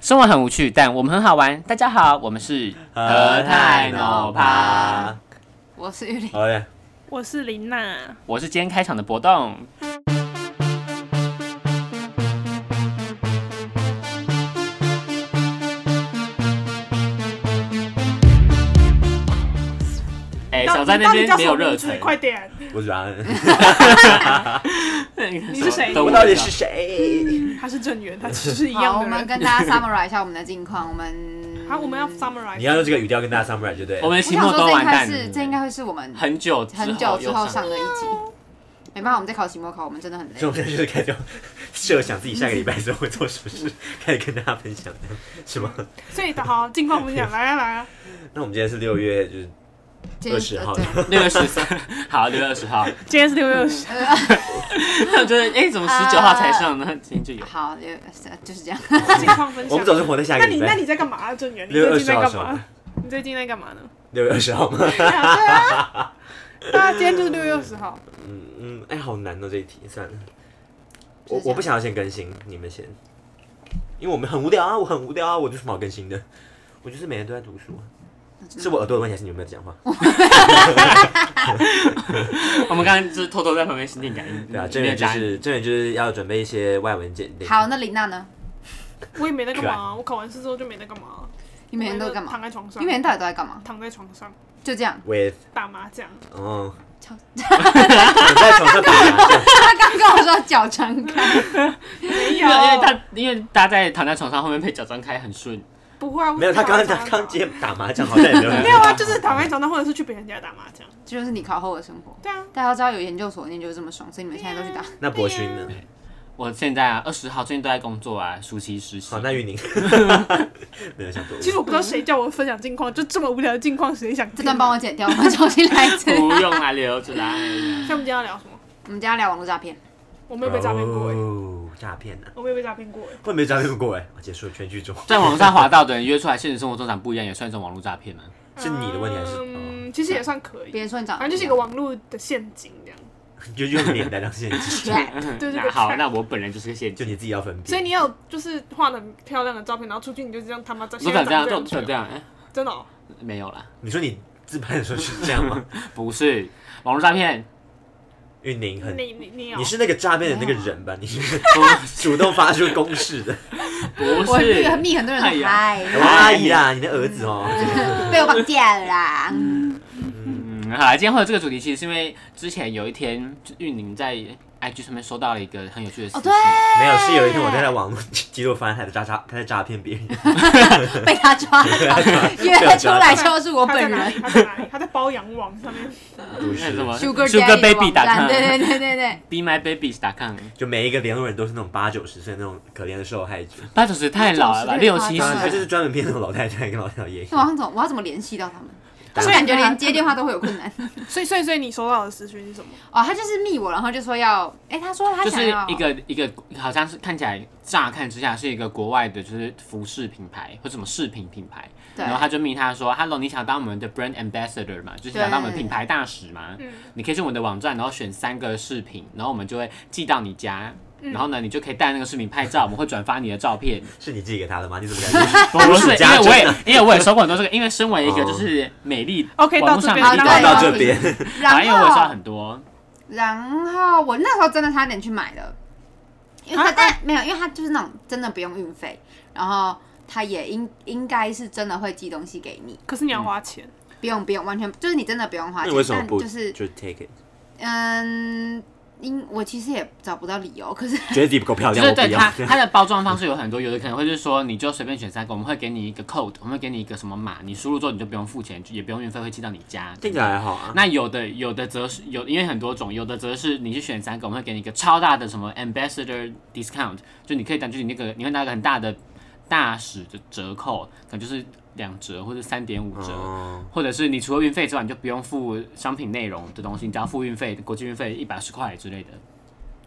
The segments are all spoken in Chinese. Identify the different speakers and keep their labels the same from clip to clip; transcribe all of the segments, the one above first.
Speaker 1: 生活很无趣，但我们很好玩。大家好，我们是
Speaker 2: 何泰诺趴。
Speaker 3: 我是玉林，
Speaker 2: 好嘞，
Speaker 4: 我是林
Speaker 2: 哎
Speaker 4: 娜，
Speaker 1: 我是今天开场的博动。哎、
Speaker 4: 到
Speaker 1: 少在那
Speaker 4: 你到
Speaker 1: 边
Speaker 4: 底
Speaker 1: 没
Speaker 4: 叫
Speaker 1: 有
Speaker 4: 什么
Speaker 1: 热
Speaker 4: 名字
Speaker 1: 忱。
Speaker 4: 快点！
Speaker 2: 我主要
Speaker 1: 你
Speaker 4: 是谁
Speaker 2: 我到底是谁？
Speaker 4: 他是郑源，他其实是一
Speaker 3: 好，
Speaker 4: 样
Speaker 3: 我
Speaker 4: 的
Speaker 3: 们
Speaker 4: 人。
Speaker 3: 跟大家 summarize 一下我们的近况。我们
Speaker 4: 好，我们 要
Speaker 2: 你
Speaker 4: summarize。
Speaker 2: 要用这个语调跟大家 summarize 就对了。
Speaker 1: 我们
Speaker 3: 我
Speaker 1: 期
Speaker 3: 想
Speaker 1: 末
Speaker 3: 说
Speaker 1: 都
Speaker 3: 这应
Speaker 1: 完
Speaker 3: 该
Speaker 1: 蛋
Speaker 3: 是
Speaker 1: 了，
Speaker 3: 这应该会是我们
Speaker 1: 很久之
Speaker 3: 很久之后
Speaker 1: 又
Speaker 3: 上的一集。没办法，我们在考期末考，我们真的很累
Speaker 2: 这。种就是开始 设想自己下个礼拜之后会做什么事， 开始跟大家分享这样是吗？
Speaker 4: 所以好，近况 分享，来啊来啊！
Speaker 2: 那我们今天是六月，就是
Speaker 3: 今天呃
Speaker 2: 20号
Speaker 3: 对
Speaker 1: 六月十三，好，六月二十 号，
Speaker 4: 今天是六月二十，
Speaker 1: 我觉得哎、怎么十九号才上呢？今天就有。
Speaker 3: 好，就呃就是这样。
Speaker 4: 近况分享。
Speaker 2: 我们总是活在下
Speaker 4: 那
Speaker 2: 个
Speaker 4: 你
Speaker 2: 礼
Speaker 4: 那
Speaker 2: 拜
Speaker 4: 你。在干嘛啊，郑源？你
Speaker 2: 六月二
Speaker 4: 最
Speaker 2: 十
Speaker 4: 近在
Speaker 2: 号
Speaker 4: 干
Speaker 2: 是吗
Speaker 4: 嘛？？你最近在干嘛呢？
Speaker 2: 六月二十号吗？
Speaker 4: 对啊，对啊，对啊，今天就是六月二十号。
Speaker 2: 嗯嗯，哎，好难哦这一题，算了，
Speaker 3: 这
Speaker 2: 我
Speaker 3: 样
Speaker 2: 我不想要先更新，你们先，因为我们很无聊啊，我很无聊啊，我有什么好更新的？我就是每天都在读书啊，是我耳朵的问题还是你们在讲话？
Speaker 1: 我们刚刚就是偷偷在旁边心电感应，
Speaker 2: 对啊，郑
Speaker 1: 没有
Speaker 2: 源就
Speaker 1: 答案。
Speaker 2: 是郑源就是要准备一些外文鉴定。
Speaker 3: 好，那林娜呢？
Speaker 4: 我也没在干
Speaker 2: 啊
Speaker 4: 嘛，啊我考完试之后就没在干嘛。
Speaker 3: 你每天都在干
Speaker 4: 我躺
Speaker 3: 嘛？
Speaker 4: 在床上
Speaker 3: 你每，天到底都在干嘛？
Speaker 4: 躺在床上
Speaker 3: 就这样。
Speaker 2: with
Speaker 4: 打麻将。
Speaker 2: 哦，
Speaker 3: 敲
Speaker 2: 你在床上打麻将，
Speaker 3: 他刚跟我说脚张开，
Speaker 4: 没
Speaker 1: 因为，因
Speaker 4: 有
Speaker 1: 为他因为大家在躺在床上后面被脚张开很顺，
Speaker 4: 不会啊，
Speaker 2: 没有，他刚刚他刚接打麻将，好像也没有
Speaker 4: 没有啊，就是躺在床上，或者是去别人家打麻将。
Speaker 3: 这就是你考后的生活。
Speaker 4: 对啊，
Speaker 3: 大家都知道有研究所念就是这么爽，所以你们现在 都去打。
Speaker 2: 那博勋呢？
Speaker 1: 我现在啊，二十号最近都在工作啊，暑期实习
Speaker 2: 好，。那玉宁 没有想多。
Speaker 4: 其实我不知道谁叫我分享近况，就这么无聊的近况，谁想听？
Speaker 3: 这段帮我剪掉，我们重新来一 次。
Speaker 1: 不用啊，留着 啦。
Speaker 4: 所以我们今天要聊什么？
Speaker 3: 我们今天要聊网络诈骗，
Speaker 4: 我没有被诈骗过哎、
Speaker 2: 哦，诈骗呢？
Speaker 4: 我没有被诈骗过哎、
Speaker 2: 会没诈骗过哎？啊结束了全剧终，
Speaker 1: 在网络上滑到的人约出来，现实生活中长不一样，也算一种网络诈骗吗？
Speaker 2: 是你的问题还是？哦
Speaker 4: 嗯嗯，其实也算可以，
Speaker 3: 别人说你长
Speaker 4: 反
Speaker 3: 得
Speaker 4: 正就是一个网络的陷阱这样。
Speaker 2: 哦就用脸来当陷阱，嗯
Speaker 4: 对对
Speaker 1: 那好，
Speaker 4: 对
Speaker 1: 那我本人就是个陷
Speaker 2: 就
Speaker 1: 阱。
Speaker 2: 你自己要分
Speaker 4: 所以
Speaker 2: 辨。
Speaker 4: 你有就是画的漂亮的照片，然后出去你就这样他妈在
Speaker 1: 都长这样，都
Speaker 4: 现
Speaker 1: 长
Speaker 4: 在
Speaker 1: 这样，哎
Speaker 4: 真的、哦，
Speaker 1: 没有啦，
Speaker 2: 你说你自拍的时候是这样 吗？
Speaker 1: 不是网络诈骗，
Speaker 2: 玉宁很，
Speaker 4: 你你哦你有
Speaker 2: 你是那个诈骗的那个人吧？你是
Speaker 1: 不
Speaker 2: 主动发出攻势的
Speaker 1: 不
Speaker 3: 我
Speaker 1: 是
Speaker 3: 密很密很多人
Speaker 1: 哎
Speaker 3: 都
Speaker 1: 呀
Speaker 3: 嗨，
Speaker 2: 我阿姨啦，你的儿子哦。
Speaker 3: 被我绑架了啦。
Speaker 1: 嗯，好啦，今天会有这个主题，其实是因为之前有一天就玉宁在 IG 上面收到了一个很有趣的事
Speaker 3: 哦，
Speaker 1: 情，
Speaker 3: 对，
Speaker 2: 没有，是有一天我在网络 记录发现他在诈诈他在诈 骗别人，
Speaker 3: 被他抓到，约出来就是我本人。
Speaker 4: 他在哪里？他在哪里？他在包养网上面。
Speaker 2: 不
Speaker 1: 那
Speaker 2: 是
Speaker 1: 什么
Speaker 3: Sugar
Speaker 1: Sugar
Speaker 3: Daddy
Speaker 1: Baby
Speaker 3: 网
Speaker 1: 打
Speaker 3: 站，
Speaker 1: 抗
Speaker 3: 对对对对对，
Speaker 1: ，Be My Babies.com，
Speaker 2: 就每一个联络人都是那种八九十岁那种可怜的受 害者，
Speaker 1: 八九十太老了吧，六七
Speaker 3: 是
Speaker 2: 他
Speaker 1: 十
Speaker 2: 就是专门骗那种老太太跟 老老爷爷
Speaker 3: 那。我要怎么我要怎么联系到他们？
Speaker 2: 打
Speaker 3: 我感觉连接电话都会有困难。
Speaker 4: 所以所以所以你收到的私讯是什么？
Speaker 2: 嗯
Speaker 3: 哦，他就是密我，然后就说要，哎，他说他
Speaker 1: 就
Speaker 3: 想
Speaker 1: 是
Speaker 3: 要
Speaker 1: 一个一个，好像是看起来乍看之下是一个国外的，就是服饰品牌或什么饰品品牌。
Speaker 3: 对
Speaker 1: 然后他就命他说：“Hello，你想当我们的 brand ambassador 嘛？就是想当我们
Speaker 3: 对
Speaker 1: 品牌大使嘛？你可以去我们的网站，然后选三个饰品，然后我们就会寄到你家。然后呢，你就可以带那个饰品拍照，我们会转发你的照片。
Speaker 2: 是你寄给他的吗？你怎么感觉？
Speaker 1: 不是，因为
Speaker 2: 家
Speaker 1: 我也
Speaker 2: 珍
Speaker 1: 因为我也收过很多这个，因为身为一个
Speaker 2: 哦
Speaker 1: 就是美丽
Speaker 4: OK，
Speaker 1: 网络上
Speaker 4: 到这
Speaker 1: 美
Speaker 4: 边
Speaker 1: 丽
Speaker 3: 好
Speaker 1: 的
Speaker 2: 到
Speaker 3: 对
Speaker 1: 人，
Speaker 2: 到这 边，
Speaker 1: 反正因为我也收到
Speaker 3: 然后
Speaker 1: 很多。
Speaker 3: 然后我那时候真的差点去买了，因为他
Speaker 4: 啊
Speaker 3: 但没有，因为他就是那种真的不用运费，然后他也应应该是真的会寄东西给你，
Speaker 4: 可是你要花钱，
Speaker 3: 不用不用，完全就是你真的不用花钱，但就是
Speaker 2: 就 take it？
Speaker 3: 嗯，因我其实也找不到理由，可是
Speaker 2: 觉得自己不够漂
Speaker 1: 就
Speaker 2: 亮，
Speaker 1: 是
Speaker 2: 我不
Speaker 1: 对
Speaker 2: 要
Speaker 1: 它。它的包装方式有很多，有的可能会是说你就随便选三个，我们会给你一个 code，我们会给你一个什么码，你输入之后你就不用付钱，就也不用运费，会寄到你家。
Speaker 2: 听起来还好啊。
Speaker 1: 那有的有的则是有，因为很多种，有的则是你去选三个，我们会给你一个超大的什么 ambassador discount，就你可以当就是你那个你会拿一个很大的大使的折扣，可能就是两折或者三点五折。
Speaker 2: 哦，
Speaker 1: 或者是你除了运费之外，你就不用付商品内容的东西，你只要付运费，国际运费一百二十块之类的。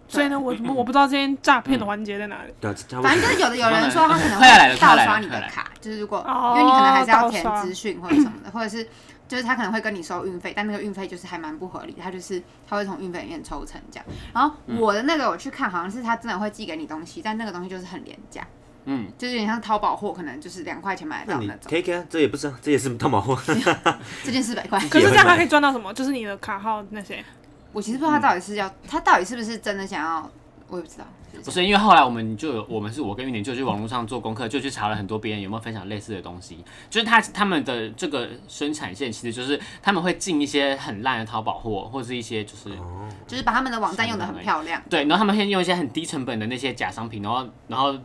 Speaker 4: 所以呢，我我不知道这件诈骗的环节在哪里。
Speaker 2: 对啊，他
Speaker 3: 反正
Speaker 2: 们
Speaker 3: 就是有的有人说他可能
Speaker 1: 快来了
Speaker 3: 会
Speaker 1: 快
Speaker 3: 盗
Speaker 1: 来了
Speaker 3: 刷你
Speaker 1: 快
Speaker 3: 的
Speaker 1: 来了
Speaker 3: 卡，就是如果
Speaker 4: 哦
Speaker 3: 因为你可能还是要填
Speaker 4: 盗刷
Speaker 3: 资讯或者什么的，或者是就是他可能会跟你收运费，但那个运费就是还蛮不合理的，他就是他会从运费里面抽成这样。然后我的那个我去看，好像是他真的会寄给你东西，但那个东西就是很廉价，
Speaker 1: 嗯，
Speaker 3: 就是有点像淘宝货，可能就是两块钱买得
Speaker 2: 那
Speaker 3: 到
Speaker 2: 你
Speaker 3: 那种，
Speaker 2: 可以给他，这也不是，这也是套 马货。
Speaker 3: 这件四百块。
Speaker 4: 可
Speaker 2: 也
Speaker 4: 是
Speaker 2: 会
Speaker 4: 这样他
Speaker 2: 买
Speaker 4: 可以赚到什么？就是你的卡号那些。
Speaker 3: 我其实不知道他到底是要，他到底是不是真的想要，我也不知道。
Speaker 1: 不是，因为后来我们就有，我们是我跟玉宁就去网络上做功课，就去查了很多别人有没有分享类似的东西。就是他他们的这个生产线，其实就是他们会进一些很烂的淘宝货，或是一些就是
Speaker 2: 哦，
Speaker 3: 就是把他们的网站用的很漂亮，
Speaker 1: 对，然后他们先用一些很低成本的那些假商品，然后然后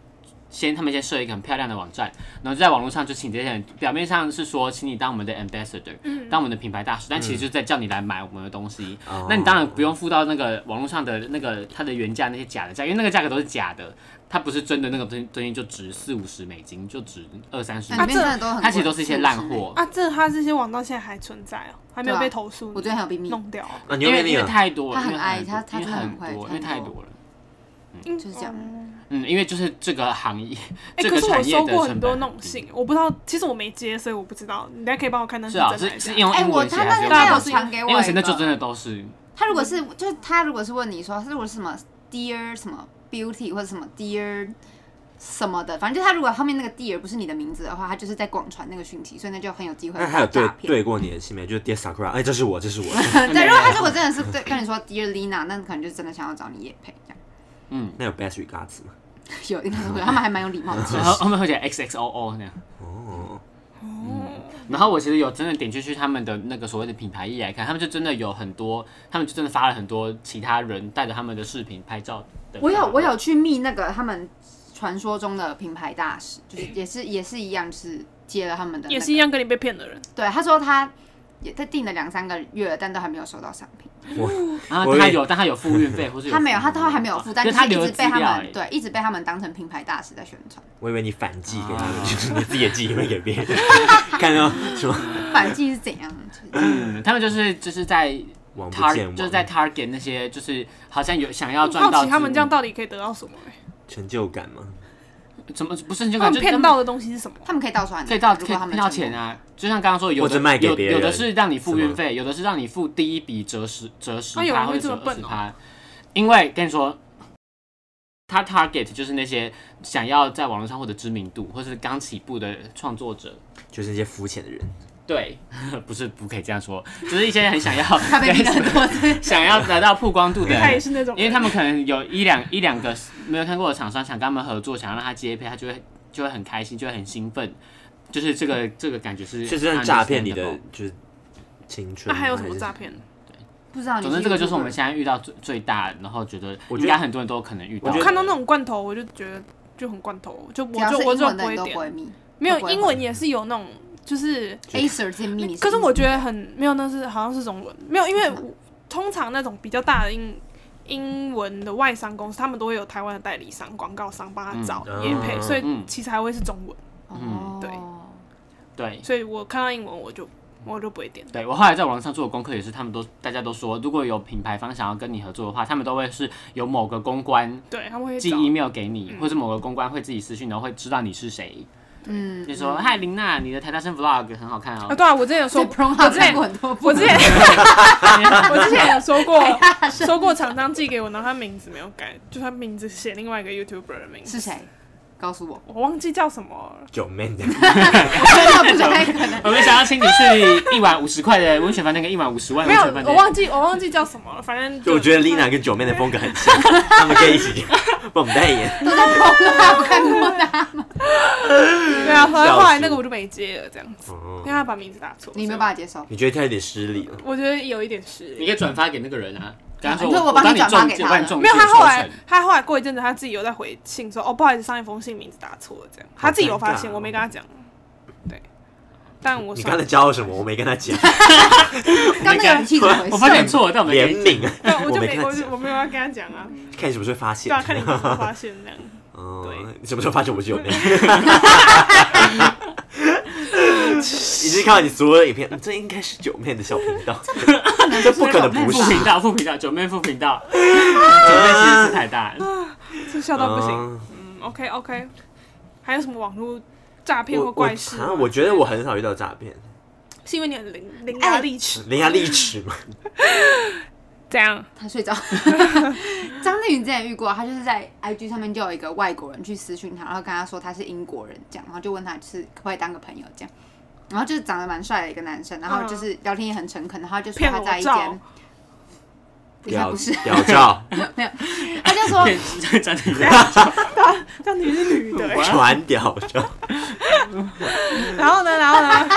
Speaker 1: 先他们先设一个很漂亮的网站，然后在网络上就请这些人，表面上是说请你当我们的 ambassador，、当我们的品牌大使，但其实就是在叫你来买我们的东西。
Speaker 2: 哦
Speaker 1: 那你当然不用付到那个网络上的那个它的原价那些假的价，因为那个价格都是假的，它不是真的那个东东西就值四五十美金，就值二三十美
Speaker 3: 那里
Speaker 1: 金，
Speaker 3: 面真的都很
Speaker 1: 啊
Speaker 3: 贵，
Speaker 1: 它其实都是一些烂货。
Speaker 4: 啊，这他这些网站现在还存在哦，还没有
Speaker 3: 对啊
Speaker 4: 被投诉，
Speaker 3: 我昨天还有秘密，
Speaker 4: 弄掉哦。
Speaker 2: 啊，你
Speaker 1: 因
Speaker 2: 用那
Speaker 1: 为因
Speaker 2: 里
Speaker 1: 为
Speaker 2: 啊？
Speaker 1: 太多，
Speaker 3: 他很
Speaker 1: 因为
Speaker 3: 爱
Speaker 1: 多
Speaker 3: 他他
Speaker 1: 因为
Speaker 3: 真的很
Speaker 1: 很
Speaker 3: 会
Speaker 1: 多，因
Speaker 3: 太
Speaker 1: 为太
Speaker 3: 多
Speaker 1: 多了。
Speaker 4: 嗯
Speaker 3: 就是这样
Speaker 1: 嗯，因为就是这个行业，
Speaker 4: 哎、
Speaker 1: 这
Speaker 4: 可
Speaker 1: 个
Speaker 4: 是我
Speaker 1: 产业
Speaker 4: 收
Speaker 1: 的
Speaker 4: 过
Speaker 1: 成本嗯
Speaker 4: 很多
Speaker 1: 很
Speaker 4: 那种
Speaker 1: 低
Speaker 4: 信，我不知道，其实我没接，所以我不知道。你大家可以帮我看那
Speaker 1: 是
Speaker 4: 真
Speaker 1: 啊，
Speaker 4: 的
Speaker 1: 是
Speaker 4: 还
Speaker 1: 是
Speaker 4: 假
Speaker 1: 用
Speaker 3: 哎、
Speaker 1: 英
Speaker 3: 我
Speaker 1: 文写
Speaker 3: 他
Speaker 1: 还
Speaker 3: 那
Speaker 1: 是
Speaker 3: 个
Speaker 1: 用
Speaker 4: 大
Speaker 3: 他
Speaker 1: 中文
Speaker 3: 有
Speaker 4: 家都是
Speaker 1: 写？
Speaker 3: 传给
Speaker 1: 英
Speaker 3: 我一个，
Speaker 1: 文写那就真的都是，
Speaker 3: 他如果是就是他如果是问你说，他如果是什么 dear 什么 beauty 或者什么 dear 什么的，反正就他如果后面那个 dear 不是你的名字的话，他就是在广传那个讯息，所以那就很有机会
Speaker 2: 那还有
Speaker 3: 到
Speaker 2: 对
Speaker 3: 诈骗。
Speaker 2: 对过你的信没？就是 Dear Sakura，哎，这是我，这是我。
Speaker 3: 对，如果他如果真的是对跟你说 dear Lina，那可能就真的想要找你也配这样。
Speaker 1: 嗯，
Speaker 2: 那有 Best Regards 吗？
Speaker 3: 有应该是会，他们还蛮有礼貌的。其
Speaker 1: 然
Speaker 3: 实
Speaker 1: 后后面会写 X X O O 那样。
Speaker 2: 哦，
Speaker 1: 然后我其实有真的点进去他们的那个所谓的品牌页来看，他们就真的有很多，他们就真的发了很多其他人带着他们的视频拍照的。
Speaker 3: 我有我，有去密那个他们传说中的品牌大使，就是也是也是一样，就是接了他们的、
Speaker 4: 也是一。样跟你被骗的人。
Speaker 3: 对，他说他也他订了两三个月了，但都还没有收到商品。
Speaker 1: 然后
Speaker 2: 我
Speaker 1: 他
Speaker 2: 也
Speaker 1: 有，但他有付运费，或是
Speaker 3: 他没有，
Speaker 1: 付
Speaker 3: 他他还没有付，但
Speaker 1: 就是是他
Speaker 3: 一
Speaker 1: 留了
Speaker 3: 直
Speaker 1: 资
Speaker 3: 被他
Speaker 1: 料
Speaker 3: 们
Speaker 1: 欸。
Speaker 3: 对，一直被他们当成品牌大使在宣传，
Speaker 2: 我以为你反寄给他
Speaker 1: 啊
Speaker 2: 们，就是你自己的寄一份给别人， 看到什么
Speaker 3: 反击是怎样？就是
Speaker 1: 嗯，他们就是就是在
Speaker 2: 网不见
Speaker 1: tar 就是在
Speaker 2: 网，
Speaker 1: target 那些就是好像有想要
Speaker 4: 我
Speaker 1: 赚
Speaker 4: 好
Speaker 1: 到
Speaker 4: 奇他们
Speaker 1: 资
Speaker 4: 这样到底可以得到什么、欸？
Speaker 2: 成就感吗？
Speaker 1: 怎么不是就
Speaker 4: 他
Speaker 1: 感
Speaker 4: 们
Speaker 1: 觉
Speaker 4: 骗到的东西是什么？
Speaker 3: 他们可以倒出来拿，
Speaker 1: 可以到
Speaker 3: 如
Speaker 1: 可
Speaker 3: 果他
Speaker 1: 以
Speaker 3: 们
Speaker 1: 到
Speaker 3: 成功
Speaker 1: 钱。啊，就像刚刚说，有
Speaker 2: 或者
Speaker 1: 的
Speaker 2: 卖给别人
Speaker 1: 有有的是让你付
Speaker 2: 是吗
Speaker 1: 运费，有的是让你付第一笔折十折十
Speaker 4: 啊
Speaker 3: 哎
Speaker 4: 有人
Speaker 1: 趴或
Speaker 4: 会
Speaker 1: 者
Speaker 4: 这么
Speaker 1: 折二
Speaker 4: 笨
Speaker 1: 十
Speaker 4: 哦
Speaker 1: 趴，因为跟你说，他 target 就是那些想要在网络上获得知名度，或是刚起步的创作者。
Speaker 2: 就是那些肤浅的人，
Speaker 1: 对， 不是不可以这样说，就是一些很想要
Speaker 3: 他被逼得很多，对
Speaker 1: 想要得到曝光度的
Speaker 4: 他也
Speaker 1: 人，
Speaker 4: 是那种人，
Speaker 1: 因为他们可能有一两一两个没有看过的厂商想跟他们合作，想让他接配，他就会就会很开心，就会很兴奋，就是这个这个感觉
Speaker 4: 嗯
Speaker 1: 是哦
Speaker 2: 这真的诈骗你
Speaker 1: understandable
Speaker 2: 的就是青春
Speaker 4: 那
Speaker 2: 吗。
Speaker 4: 还有什么
Speaker 2: 是
Speaker 4: 诈？骗？
Speaker 3: 不
Speaker 4: 哦
Speaker 3: 知道。
Speaker 1: 总之，这个就是我们现在遇到最最大，然后觉得
Speaker 2: 我
Speaker 1: 应
Speaker 2: 觉得
Speaker 1: 该很多人都可能遇到。
Speaker 2: 我觉
Speaker 4: 我
Speaker 2: 得
Speaker 4: 看到那种罐头，我就觉得就很罐头，就
Speaker 3: 只
Speaker 4: 我
Speaker 3: 要
Speaker 4: 就是我
Speaker 3: 英
Speaker 4: 就
Speaker 3: 文
Speaker 4: 不
Speaker 3: 的
Speaker 4: 会
Speaker 3: 你都不
Speaker 4: 点。
Speaker 3: 会密，
Speaker 4: 没有
Speaker 3: 不会
Speaker 4: 英文也是有那种就是，
Speaker 3: Acer 这密你。
Speaker 4: 可是我觉得很没有，那是好像是中文没有，因为我通常那种比较大的英英文的外商公司，他们都会有台湾的代理商、广告商帮他找
Speaker 2: 嗯
Speaker 4: 业配，
Speaker 2: 嗯
Speaker 4: 所以
Speaker 1: 嗯
Speaker 4: 其实还会是中文。
Speaker 3: 哦，
Speaker 4: 对
Speaker 1: 对
Speaker 4: 所以我看到英文我就我就不会点。
Speaker 1: 对，我后来在网上做的功课也是，他们都大家都说，如果有品牌方想要跟你合作的话，他们都会是有某个公关
Speaker 4: 对，他们会
Speaker 1: 寄
Speaker 4: 找嗯
Speaker 1: email 给你，或者某个公关会自己私讯，然后会知道你是谁。
Speaker 3: 嗯，
Speaker 1: 就说嗨，林娜，你的台大生 vlog 很好看
Speaker 4: 啊，
Speaker 1: 哦。
Speaker 4: 对啊，我之前有
Speaker 3: 所
Speaker 4: 说，
Speaker 3: 以 p r o
Speaker 4: 我之前
Speaker 3: 过很多部
Speaker 4: 我
Speaker 3: 门，
Speaker 4: 之前 我之前有说过，说过厂商寄给我，然后他名字没有改，就他名字写另外一个 YouTuber 的名字
Speaker 3: 是谁？？告诉我，
Speaker 4: 我忘记叫什么了。
Speaker 2: 九妹的，
Speaker 3: 那不太可能。
Speaker 1: 我们想要请你去一碗五十块的温泉饭，那个一碗五十万
Speaker 4: 没
Speaker 1: 温
Speaker 4: 有
Speaker 1: 泉饭，
Speaker 4: 我
Speaker 1: 店。
Speaker 4: 忘记我忘记叫什么了，反正
Speaker 2: 就我觉得 Lina 跟九妹的风格很像，他们可以一起帮我们代言。
Speaker 3: 都在 p r 看过他，
Speaker 4: 对啊，后来
Speaker 2: 笑死
Speaker 4: 后来那个我就没接了，这样子，因
Speaker 2: 哦，
Speaker 4: 为他把名字打错。
Speaker 3: 你没有
Speaker 4: 把？
Speaker 3: 办法接受。
Speaker 2: 你觉得他有点失礼了？
Speaker 4: 我觉得有一点失
Speaker 1: 你
Speaker 4: 礼。
Speaker 1: 可以转发给那个人啊。跟他说
Speaker 3: 你可以
Speaker 1: 我
Speaker 3: 我帮
Speaker 1: 帮
Speaker 3: 你转发
Speaker 1: 中
Speaker 3: 给
Speaker 1: 介，
Speaker 3: 他
Speaker 1: 我帮你
Speaker 3: 了
Speaker 1: 中
Speaker 4: 没
Speaker 1: 介
Speaker 4: 有，他后
Speaker 1: 抽
Speaker 4: 来
Speaker 1: 成
Speaker 4: 他后来过一阵子，他自己有在回信说：“哦，不好意思，上一封信名字打错了，这样。”他自己有发现，
Speaker 2: 尴尬哦
Speaker 4: 我没跟他讲。对，但我
Speaker 2: 你
Speaker 4: 上
Speaker 2: 刚才教我什么？我没跟他 讲，
Speaker 3: 刚那个语气怎么回
Speaker 1: 我发现
Speaker 3: 事？
Speaker 1: 错了，但我们
Speaker 2: 怜
Speaker 1: 可以
Speaker 2: 悯。啊
Speaker 4: 对，我就
Speaker 2: 没
Speaker 4: 没
Speaker 2: 跟
Speaker 4: 我
Speaker 2: 他
Speaker 4: 就
Speaker 2: 讲，
Speaker 4: 我没有要跟他讲 啊，
Speaker 2: 看你什么时候发现
Speaker 4: 对啊，。看你怎么发现那样。
Speaker 2: 哦
Speaker 4: 对，
Speaker 2: 你什么时候发现我是九妹？已经看到你所有的影片，嗯这应该是九妹的小频道，这不可能不是
Speaker 1: 副。频道，副频道，九妹副频道，九妹其实是太大了。
Speaker 4: 就笑到不行。
Speaker 2: 嗯
Speaker 4: 嗯，OK OK，还有什么网络诈骗或
Speaker 2: 我我
Speaker 4: 怪事吗
Speaker 2: 啊，我觉得我很少遇到诈骗，
Speaker 3: 哎
Speaker 4: 是因为你很伶伶牙俐齿。
Speaker 2: 伶牙俐齿嘛。
Speaker 4: 这样
Speaker 3: 他睡着。 张丽云之前遇过，他就是在 IG 上面就有一个外国人去私讯他，然后跟他说他是英国人，这样，然后就问他就是可不可以当个朋友这样。然后就是长得蛮帅的一个男生，然后就是聊天也很诚恳，然后就说
Speaker 4: 嗯骗
Speaker 3: 他
Speaker 4: 我
Speaker 3: 在一
Speaker 4: 照
Speaker 3: 间，，应该不是，
Speaker 2: 屌照
Speaker 3: 他就说
Speaker 1: 骗张天宇，
Speaker 4: 这样你是 女的、欸，
Speaker 2: 传屌照，
Speaker 4: 然后呢，然后呢，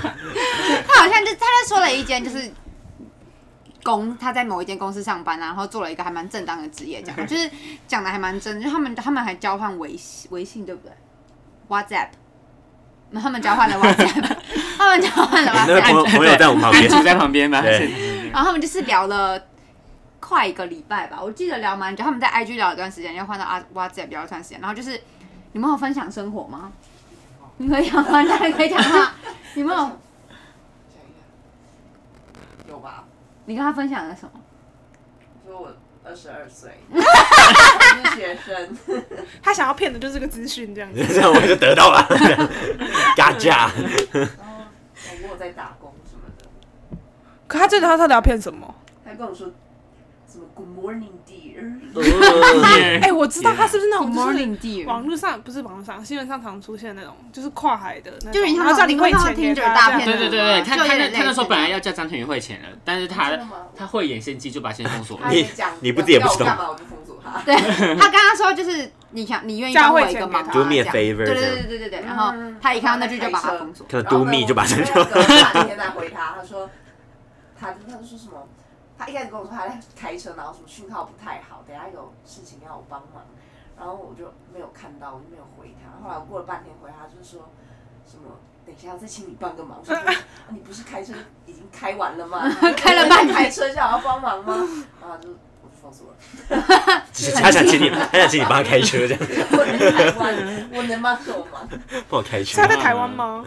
Speaker 3: 他好像就他就说了一间就是公他在某一间公司上班啊，然后做了一个还蛮正当的职业，这样就是讲的还蛮真，就是他们他们还交换微信微信对不对？WhatsApp，他们交换了 WhatsApp，他 们交换了
Speaker 2: 那位
Speaker 3: WhatsApp，
Speaker 2: 朋友朋友在我们旁边
Speaker 1: 安，主在旁边吧，
Speaker 2: 对
Speaker 1: 现场
Speaker 3: 然后他们就是聊了。快一个礼拜吧，我记得聊蛮久。他们在 IG 聊一段时间，又换到啊 WhatsApp 聊一段时间。然后就是，你们有分享生活吗？ 你可以讲吗？当然可以讲话。你们有，
Speaker 5: 讲一下，有吧？
Speaker 3: 你跟他分享了什么？
Speaker 5: 说我二十二 岁，我是学生，
Speaker 4: 他想要骗的就是这个资讯，这 样子。
Speaker 2: 这样我就得到了，嘎架，
Speaker 5: 然后我有在打工什么的。
Speaker 4: 可他这他到底要骗什么？
Speaker 5: 他跟我说什么 “Good morning, dear”，
Speaker 4: 哎、我知道
Speaker 2: Yeah
Speaker 4: 他是不是那种
Speaker 3: Good
Speaker 4: 就是
Speaker 3: morning, dear
Speaker 4: 网络上不是网络上新闻上常出现那种，就是跨海的那种，
Speaker 3: 就有点像
Speaker 4: 然后叫
Speaker 3: 那种
Speaker 4: 汇
Speaker 3: 你会看
Speaker 4: 钱
Speaker 3: 到
Speaker 4: 给
Speaker 3: Tinder
Speaker 4: 他
Speaker 3: 大
Speaker 4: 这样
Speaker 3: 片
Speaker 1: 对
Speaker 3: 的
Speaker 1: 对对对，他
Speaker 3: 就有
Speaker 1: 他
Speaker 3: 点
Speaker 1: 那
Speaker 3: 类似
Speaker 1: 他那时候本来要叫张天宇汇钱了，但是他
Speaker 5: 真的吗
Speaker 1: 他慧眼先机就把钱封锁了
Speaker 5: 他。
Speaker 2: 你
Speaker 5: 也讲
Speaker 2: 你不自己也不
Speaker 5: 要
Speaker 2: 知道
Speaker 5: 我干嘛，我就封锁他。
Speaker 3: 对他刚刚说就是你想你愿意帮我一个忙吗，
Speaker 4: 教
Speaker 2: 会钱给他
Speaker 3: 这
Speaker 2: Do me
Speaker 3: 样
Speaker 2: a favor，
Speaker 3: 对对
Speaker 2: 这样
Speaker 3: 对对对对，然后他一看到那句就把他封锁。
Speaker 2: 看到
Speaker 5: 然后
Speaker 2: do
Speaker 5: 呢
Speaker 2: me 就把这
Speaker 5: 我
Speaker 2: 就
Speaker 5: 我隔了半天才回他，他说他他就说什么？他一开始跟我说他在开车，然后什么讯号不太好，等一下有事情要我帮忙，然后我就没有看到，我就没有回他。后来我过了半天回他，就是说什么？等一下，再请你帮 个忙。我说、啊你不是开车已经开完了吗？
Speaker 3: 开了半天
Speaker 5: 开车想要帮忙吗？然后他就我就封锁了。
Speaker 2: 就是他想请你，他想请你帮他开车这样，
Speaker 5: 我在台湾，我能帮什么忙？
Speaker 2: 帮我开
Speaker 4: 是
Speaker 2: 车
Speaker 4: 他。在台湾吗？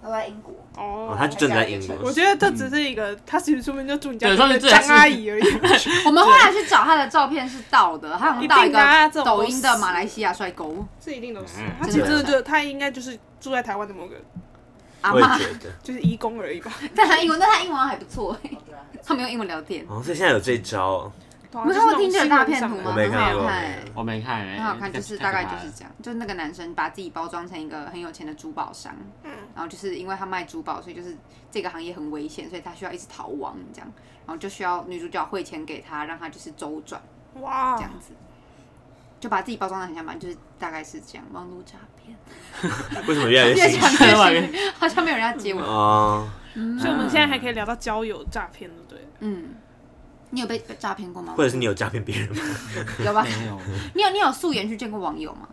Speaker 5: 他在英国，
Speaker 4: 哦
Speaker 2: 哦，他就嗯真的在英
Speaker 4: 我
Speaker 2: 国，
Speaker 4: 觉得这只是一个，他其实说不定就住你家
Speaker 1: 对说不定这
Speaker 4: 张
Speaker 1: 也是
Speaker 4: 阿 姨而已。
Speaker 3: 我们后来去找他的照片是盗的，他好像盗一
Speaker 4: 一定的啊
Speaker 3: 个抖音的马来西亚帅哥
Speaker 4: 这一定都是
Speaker 1: 嗯，
Speaker 4: 他其实真的
Speaker 3: 真的
Speaker 4: 就他应该就是住在台湾的某个
Speaker 3: 阿
Speaker 2: 我也
Speaker 3: 妈，
Speaker 2: 觉得。
Speaker 4: 就是义工而已吧。
Speaker 3: 但他英文，但他英文还不错欸，
Speaker 5: 哦对啊，
Speaker 3: 他们用英文聊天。
Speaker 2: 哦，所以现在有这一招哦，
Speaker 4: 对啊
Speaker 3: 你们
Speaker 4: 就
Speaker 3: 看
Speaker 4: 是
Speaker 3: 过听
Speaker 4: 那
Speaker 3: 着
Speaker 4: 种
Speaker 3: 大
Speaker 4: 新闻
Speaker 3: 片
Speaker 4: 上
Speaker 3: 图
Speaker 4: 的
Speaker 2: 我
Speaker 3: 吗？
Speaker 2: 没
Speaker 3: 很
Speaker 2: 看
Speaker 3: 好
Speaker 2: 过，
Speaker 3: 看，
Speaker 1: 我没看，哎
Speaker 3: 很好看，就是大概就。
Speaker 1: 太可怕
Speaker 3: 是
Speaker 1: 了
Speaker 3: 这样，就是那个男生把自己包装成一个很有钱的珠宝商，然后就是因为他卖珠宝，所以就是这个行业很危险，所以他需要一直逃亡这样，然后就需要女主角汇钱给他，让他就是周转。这
Speaker 4: 哇
Speaker 1: 哦
Speaker 3: 样，子，就把自己包装的很像吧，就是大概是这样，网络诈 骗，
Speaker 2: 为什么越来越
Speaker 3: 越
Speaker 2: 新
Speaker 3: 讲
Speaker 2: 奇？
Speaker 1: 在外
Speaker 3: 越
Speaker 1: 面
Speaker 3: 是好像没有人要接我。
Speaker 2: 哦，
Speaker 1: 嗯
Speaker 4: 所以我们现在还可以聊到交友诈骗，对不对？
Speaker 3: 嗯，你有被被诈骗过吗？
Speaker 2: 或者是你嗯有诈骗别人吗？
Speaker 3: 有吧？
Speaker 1: 没有，
Speaker 3: 你有你有素颜去见过网友吗？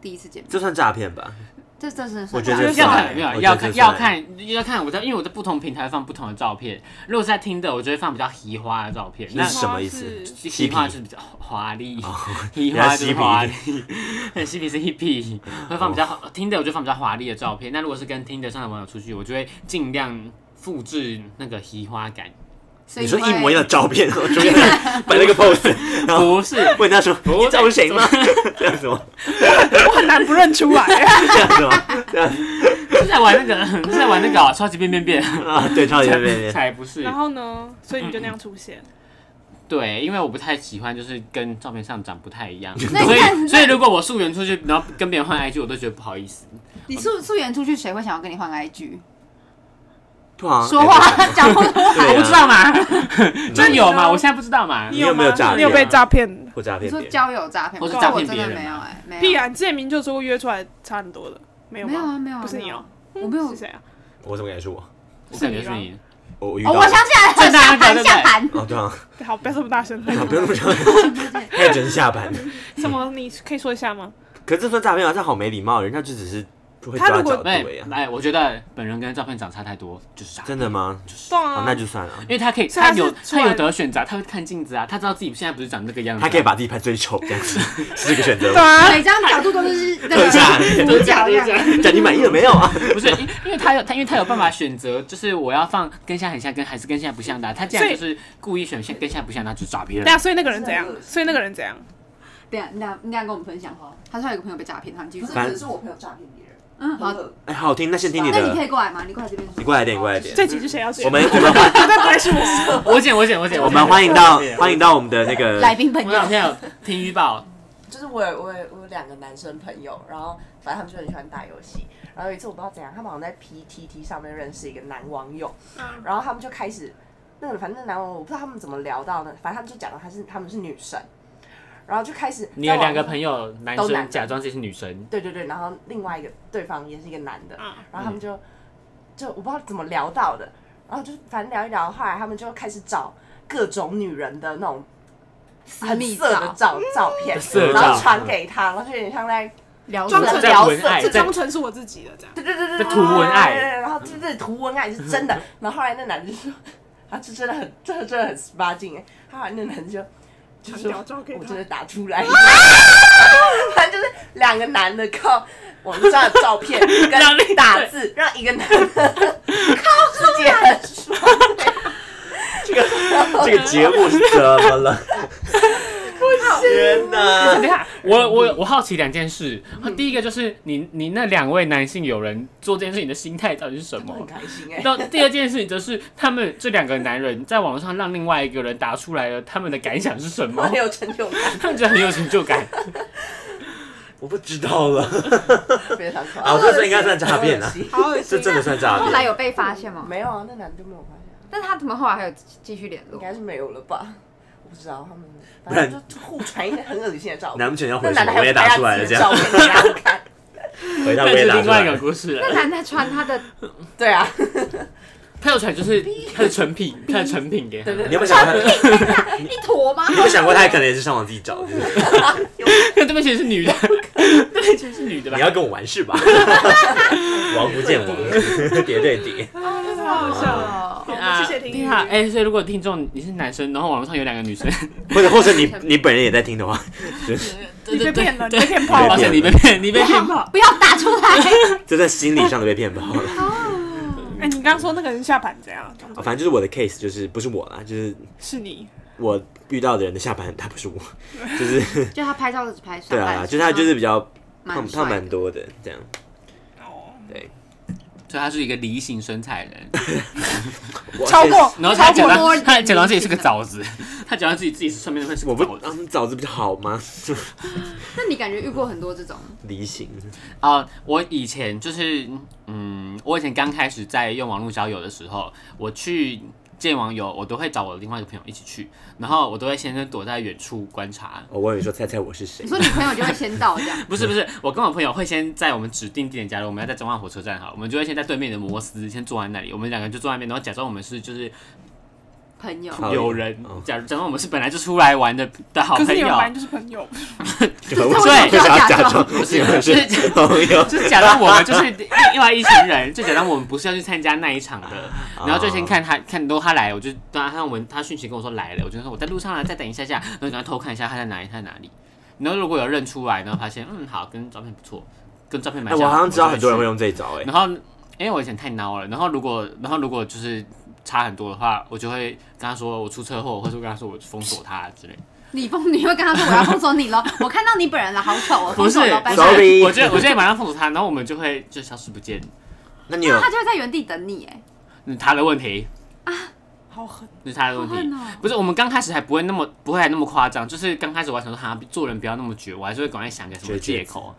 Speaker 3: 第一次见面，
Speaker 2: 这算诈骗吧？
Speaker 3: 这这真的是
Speaker 2: 我觉得
Speaker 1: 要
Speaker 2: 这算
Speaker 1: 看没有
Speaker 2: 我觉得
Speaker 1: 要
Speaker 2: 这
Speaker 1: 看
Speaker 2: 算
Speaker 1: 要看要看我在，因为我在不同平台放不同的照片。如果是在听的，我就会放比较奇花的照片。那
Speaker 2: 那是什么意思
Speaker 4: 是
Speaker 1: 嘻花就是比较华丽， 嘻
Speaker 2: 原来
Speaker 1: 花
Speaker 2: 是
Speaker 1: 就
Speaker 2: 嬉
Speaker 1: 是
Speaker 2: 皮哦
Speaker 1: 华丽， 嬉皮是 hippie，会放比较好听的，我就放比较华丽的照片。那如果是跟听的上的网友出去，我就会尽量复制那个嘻花感，
Speaker 3: 所以
Speaker 2: 你说
Speaker 3: 会
Speaker 2: 一模一样的照片，然后中间 摆了一个 pose，然后
Speaker 1: 不是。
Speaker 2: 问他说：“你照谁吗？” 这样子吗？
Speaker 4: 我很难不认出来。
Speaker 2: 这样子吗？
Speaker 1: 是在玩那个，是在玩那个、哦、超级变变变，
Speaker 2: 啊，对，超级变变变。
Speaker 1: 才不是
Speaker 4: 然。后呢，所以你就那样出
Speaker 2: 嗯
Speaker 4: 现，
Speaker 1: 对，因为我不太喜欢，就是跟照片上长不太 一样，
Speaker 3: 那
Speaker 1: 所
Speaker 3: 那
Speaker 1: 以所以如果我素颜出去，然后跟别人换 IG，我都觉得不好意思。
Speaker 3: 你素素颜出去，谁会想要跟你换 IG？
Speaker 2: 对啊，
Speaker 3: 说话讲 不出
Speaker 2: 对啊
Speaker 1: 我不知道嘛，
Speaker 2: 那
Speaker 1: 真
Speaker 2: 你
Speaker 1: 有吗？我现在不知道嘛。
Speaker 2: 你有没有
Speaker 4: 吗
Speaker 2: 诈骗啊
Speaker 4: 你有被诈骗？
Speaker 2: 或诈
Speaker 3: 你
Speaker 2: 骗
Speaker 3: 说
Speaker 2: 别人，
Speaker 3: 交友诈骗吗，
Speaker 1: 或是
Speaker 3: 可
Speaker 1: 诈
Speaker 3: 我
Speaker 1: 骗
Speaker 3: 真
Speaker 1: 别
Speaker 3: 的
Speaker 1: 人啊
Speaker 3: 没有
Speaker 1: 吗
Speaker 3: 哎，没
Speaker 4: 必
Speaker 3: 有，
Speaker 4: 然，之前明明就说过约出来差很多的，没有
Speaker 3: 没有啊，
Speaker 4: 吗？
Speaker 3: 没有啊，
Speaker 4: 不是
Speaker 3: 没
Speaker 4: 你
Speaker 3: 有
Speaker 4: 哦
Speaker 3: 啊，，我没有
Speaker 4: 是。谁啊？
Speaker 2: 我怎么敢说？
Speaker 1: 我感觉是你，
Speaker 2: 我我遇
Speaker 3: 哦，
Speaker 2: 到
Speaker 3: 我想起来
Speaker 1: 正
Speaker 3: 了，
Speaker 1: 大
Speaker 3: 下
Speaker 1: 那个啊对不
Speaker 3: 盘
Speaker 1: 对
Speaker 3: 下盘，
Speaker 2: 哦，对啊，
Speaker 4: 好，不要这么 大声。
Speaker 2: 啊不用那么 说，还有真下班。
Speaker 4: 什么？你可以说一下吗？
Speaker 2: 可是这算诈骗吗？这好没礼貌，人家就只是会
Speaker 4: 他
Speaker 2: 抓
Speaker 4: 如果
Speaker 2: 角度
Speaker 1: 哎
Speaker 2: 而已啊。
Speaker 1: 哎，我觉得本人跟照片长差太多，就是傻。
Speaker 2: 真的吗？
Speaker 3: 嗯
Speaker 4: 对
Speaker 2: 哦
Speaker 4: 啊，，
Speaker 2: 那就算了
Speaker 1: 因。为他可以，
Speaker 4: 所以他
Speaker 1: 他
Speaker 4: 是
Speaker 1: 有
Speaker 4: 出来
Speaker 1: 他有得选择啊，他会看镜子啊，他知道自己现在不是长那个样子啊，
Speaker 2: 他可以把自己拍最丑这样 子，是一个选择
Speaker 4: 对。啊，
Speaker 3: 每张角度都是那
Speaker 2: 都
Speaker 3: 个
Speaker 2: 是假的
Speaker 3: 主角一样。
Speaker 2: 讲你满意了没有啊？
Speaker 1: 不是，因因为他有他，因为他有办法选择，就是我要放跟现在很像，跟还是跟现在不像的啊、他既然
Speaker 4: 所以
Speaker 1: 就是故意选现跟现在不像，那就是诈骗
Speaker 4: 对。啊，所以那个人怎样
Speaker 5: 是？的
Speaker 4: 所以那个人怎样？
Speaker 3: 对啊，你等下你等下跟我们分享哈。他说他有个朋友被诈骗，他们继续
Speaker 5: 不是，
Speaker 3: 说。
Speaker 2: 反
Speaker 5: 可是我朋友诈骗别人，
Speaker 3: 嗯，好，
Speaker 2: 哎，好听，那先听你
Speaker 3: 那你可
Speaker 2: 的，
Speaker 3: 以过来吗？你过来这边说。
Speaker 2: 你过来点，你过来点。
Speaker 4: 这集是谁要剪？
Speaker 2: 我们我们欢
Speaker 4: 绝对不会是我。
Speaker 1: 我剪我剪我剪，
Speaker 2: 我们欢迎 到
Speaker 1: 我
Speaker 2: 欢迎到我们的那个
Speaker 3: 来宾朋
Speaker 1: 我们，
Speaker 3: 友
Speaker 1: 两天有听预报，
Speaker 5: 就是我有我有我有两个男生朋友，然后反正他们就很喜欢打游戏。然后有一次我不知道怎样，他们好像在 PTT 上面认识一个男网友，
Speaker 4: 嗯
Speaker 5: 然后他们就开始那个反正那男网友我不知道他们怎么聊到的，反正他们就讲到他是他们是女生，然后就开始
Speaker 1: 你有
Speaker 5: 在网
Speaker 1: 两个朋友，男
Speaker 5: 都男
Speaker 1: 生
Speaker 5: 的
Speaker 1: 假装自己是女生，
Speaker 5: 对对对，然后另外一个对方也是一个男的，
Speaker 4: 嗯
Speaker 5: 然后他们就就我不知道怎么聊到的，然后就反正聊一聊，后来他们就开始找各种女人的那种
Speaker 3: 私
Speaker 5: 很
Speaker 3: 密
Speaker 5: 色的
Speaker 3: 照
Speaker 5: 照照片
Speaker 1: 色，
Speaker 5: 然
Speaker 1: 照
Speaker 5: 后传给他，然后就有点像在
Speaker 3: 聊
Speaker 4: 装
Speaker 5: 在
Speaker 4: 成
Speaker 1: 在
Speaker 5: 聊
Speaker 1: 文
Speaker 5: 色
Speaker 1: 爱，
Speaker 4: 这
Speaker 1: 在
Speaker 4: 忠诚是我自己的，这样。
Speaker 5: 对对对对，
Speaker 1: 这
Speaker 5: 对
Speaker 1: 图文爱
Speaker 5: 对对对然后对对图文爱是真的。然后后来那男的就说，啊，这真的很，这真的很十八禁哎。后来那男的就就说
Speaker 4: 传屌照给，他
Speaker 5: 我真的打出来。反正就是两个男的靠网上的照片
Speaker 1: 让你
Speaker 5: 跟打字，让一个男的靠自己很爽。
Speaker 2: 这个这个节目是怎么了？
Speaker 1: 等一
Speaker 2: 天哪！
Speaker 1: 下，我
Speaker 5: 嗯
Speaker 1: 我我好奇两件事，第一个就是你你那两位男性友人做这件事情的心态到底是什
Speaker 5: 我很
Speaker 1: 么？
Speaker 5: 开心哎，
Speaker 1: 到第二件事情就是他们这两个男人在网上让另外一个人答出来了，他们的感想是什
Speaker 5: 我
Speaker 1: 么
Speaker 5: 很？有成就感，
Speaker 1: 他们觉得很有成就感。
Speaker 2: 我不知道了
Speaker 5: 非常可爱。
Speaker 2: 啊！我这算应该算诈骗啊，
Speaker 4: 好恶
Speaker 2: 这
Speaker 4: 心。
Speaker 2: 真的算诈
Speaker 3: 后来
Speaker 2: 骗。
Speaker 3: 有被发现吗？
Speaker 5: 没有啊，那男的就没有发现啊。
Speaker 3: 但他怎么后来还有继续联
Speaker 5: 应
Speaker 3: 络？
Speaker 5: 该是没有了吧？我不知道他们，
Speaker 2: 不
Speaker 5: 反
Speaker 2: 然
Speaker 5: 正就互传一些很恶心的照
Speaker 2: 难不
Speaker 5: 片。
Speaker 2: 成要
Speaker 5: 那
Speaker 2: 回什
Speaker 5: 男的
Speaker 2: 么？
Speaker 5: 还
Speaker 2: 我也
Speaker 5: 有
Speaker 2: 打
Speaker 5: 拍
Speaker 2: 出
Speaker 5: 他
Speaker 2: 来
Speaker 5: 自
Speaker 2: 了，
Speaker 5: 己
Speaker 2: 这
Speaker 5: 的
Speaker 2: 样
Speaker 5: 照片给大家看。
Speaker 2: 回到
Speaker 1: 那
Speaker 2: 我也
Speaker 1: 是
Speaker 2: 打
Speaker 1: 另
Speaker 2: 出
Speaker 1: 外一个
Speaker 2: 来。
Speaker 1: 故事
Speaker 3: 那
Speaker 1: 了，
Speaker 3: 男的 穿他的，
Speaker 5: 对啊，
Speaker 1: 他有传 就是他的成品，他的成品给他
Speaker 5: 对对
Speaker 1: 们，
Speaker 2: 你有没有想过他？
Speaker 3: 一坨吗？
Speaker 2: 你有没有想过他可能也是上网自己找的？
Speaker 1: 那 对面其实是女 的，对面其实是女的吧
Speaker 2: 你？要跟我玩是吧？王不见王，叠 对叠。
Speaker 4: 啊，这太好笑了。
Speaker 3: 哦
Speaker 4: 好谢谢听
Speaker 1: 对
Speaker 4: 众
Speaker 1: 啊，哎，所以如果听众你是男生，然后网络上有两个女生，
Speaker 2: 或者或者你你本人也在听的话，
Speaker 4: 你被骗了，你
Speaker 1: 对
Speaker 4: 被骗炮
Speaker 1: 抱
Speaker 4: 了。
Speaker 1: 歉，你被骗，你被 骗炮。
Speaker 3: 不要打出 来！
Speaker 2: 就在心理上的被骗跑了。
Speaker 4: 哎，你刚刚说那个人下盘怎样？
Speaker 2: 反正就是我的 case，就是不是我啦，就是
Speaker 4: 是你。
Speaker 2: 我遇到的人的下半，他不是我，就是
Speaker 3: 就他拍照只拍上
Speaker 2: 对
Speaker 3: 半
Speaker 2: 啊，
Speaker 3: 身，
Speaker 2: 就是他就是比较
Speaker 3: 蛮
Speaker 2: 胖
Speaker 3: 帅
Speaker 2: 胖
Speaker 3: 的
Speaker 2: 蛮多的这样。
Speaker 4: 哦。
Speaker 1: 所以他是一个梨形身材人，
Speaker 2: 我
Speaker 4: 超过
Speaker 1: 然后他
Speaker 4: 超
Speaker 1: 假
Speaker 4: 过多
Speaker 1: 装他假装自己是个枣 子，他假装自己自己是上面那块是
Speaker 2: 我
Speaker 1: 个
Speaker 2: 不
Speaker 1: 枣子
Speaker 2: 他们枣子比较好吗？就
Speaker 3: 那你感觉遇过很多这种？
Speaker 2: 梨形，
Speaker 1: 啊。我以前就是嗯，我以前刚开始在用网络交友的时候，我去见网友，我都会找我另外一个朋友一起去，然后我都会先躲在远处观察。
Speaker 2: 哦我问你说，猜猜我是谁
Speaker 3: 你？ 说你朋友就会先到这样，
Speaker 1: 不是不是，我跟我朋友会先在我们指定地点，假如我们要在中央火车站好，我们就会先在对面的摩斯先坐在那里，我们两个人就坐在那边，然后假装我们是就是
Speaker 3: 朋友
Speaker 2: 好
Speaker 1: 友人
Speaker 2: 哦，
Speaker 1: 假如假装我们是本来就出来玩的的好
Speaker 4: 可
Speaker 1: 朋
Speaker 4: 是你
Speaker 1: 友
Speaker 4: 们，本来就是朋友，
Speaker 2: 对，我
Speaker 3: 这
Speaker 1: 我就
Speaker 2: 就想要
Speaker 3: 假
Speaker 2: 假
Speaker 3: 装
Speaker 2: 装 我是我是
Speaker 1: 就是
Speaker 2: 朋友，
Speaker 1: 就是假装我们就是另外一群人，就假装我们不是要去参加那一场的，
Speaker 2: 啊
Speaker 1: 然后就先
Speaker 2: 哦
Speaker 1: 看他看，如果他来，我就当他文他讯息跟我说来了，我就说我在路上了，再等一下下，然后赶快偷看一下他在哪里，他在哪里。然后如果有认出来，然后发现嗯好，跟照片不错，跟照片
Speaker 2: 哎，
Speaker 1: 蛮像
Speaker 2: 我
Speaker 1: 的。
Speaker 2: 好像知道很多人会
Speaker 1: 用。
Speaker 2: 用这一招，哎，
Speaker 1: 然后因为我以前太孬了，然后如果然后如果就是差很多的话，我就会跟他说我出车祸，或者我跟他说我封锁他之类的。
Speaker 3: 你封，你会跟他说我要封锁你喽？我看到你本人了，好丑哦，
Speaker 1: 不
Speaker 3: 封
Speaker 1: 是
Speaker 3: 锁喽，拜
Speaker 1: 不是
Speaker 3: 拜。
Speaker 2: Sorry
Speaker 1: 我就我就会马上封锁他，然后我们就会就消失不见。
Speaker 2: 那你有
Speaker 3: 那他就会在原地等你，哎，
Speaker 1: 嗯他的问题，
Speaker 4: 好狠。
Speaker 1: 那是他的
Speaker 3: 好
Speaker 1: 问题。
Speaker 3: 恨哦。
Speaker 1: 不是，我们刚开始还不会那么不会还那么夸张，就是刚开始我还想说，哈，做人不要那么绝，我还是会赶快想个什么借口，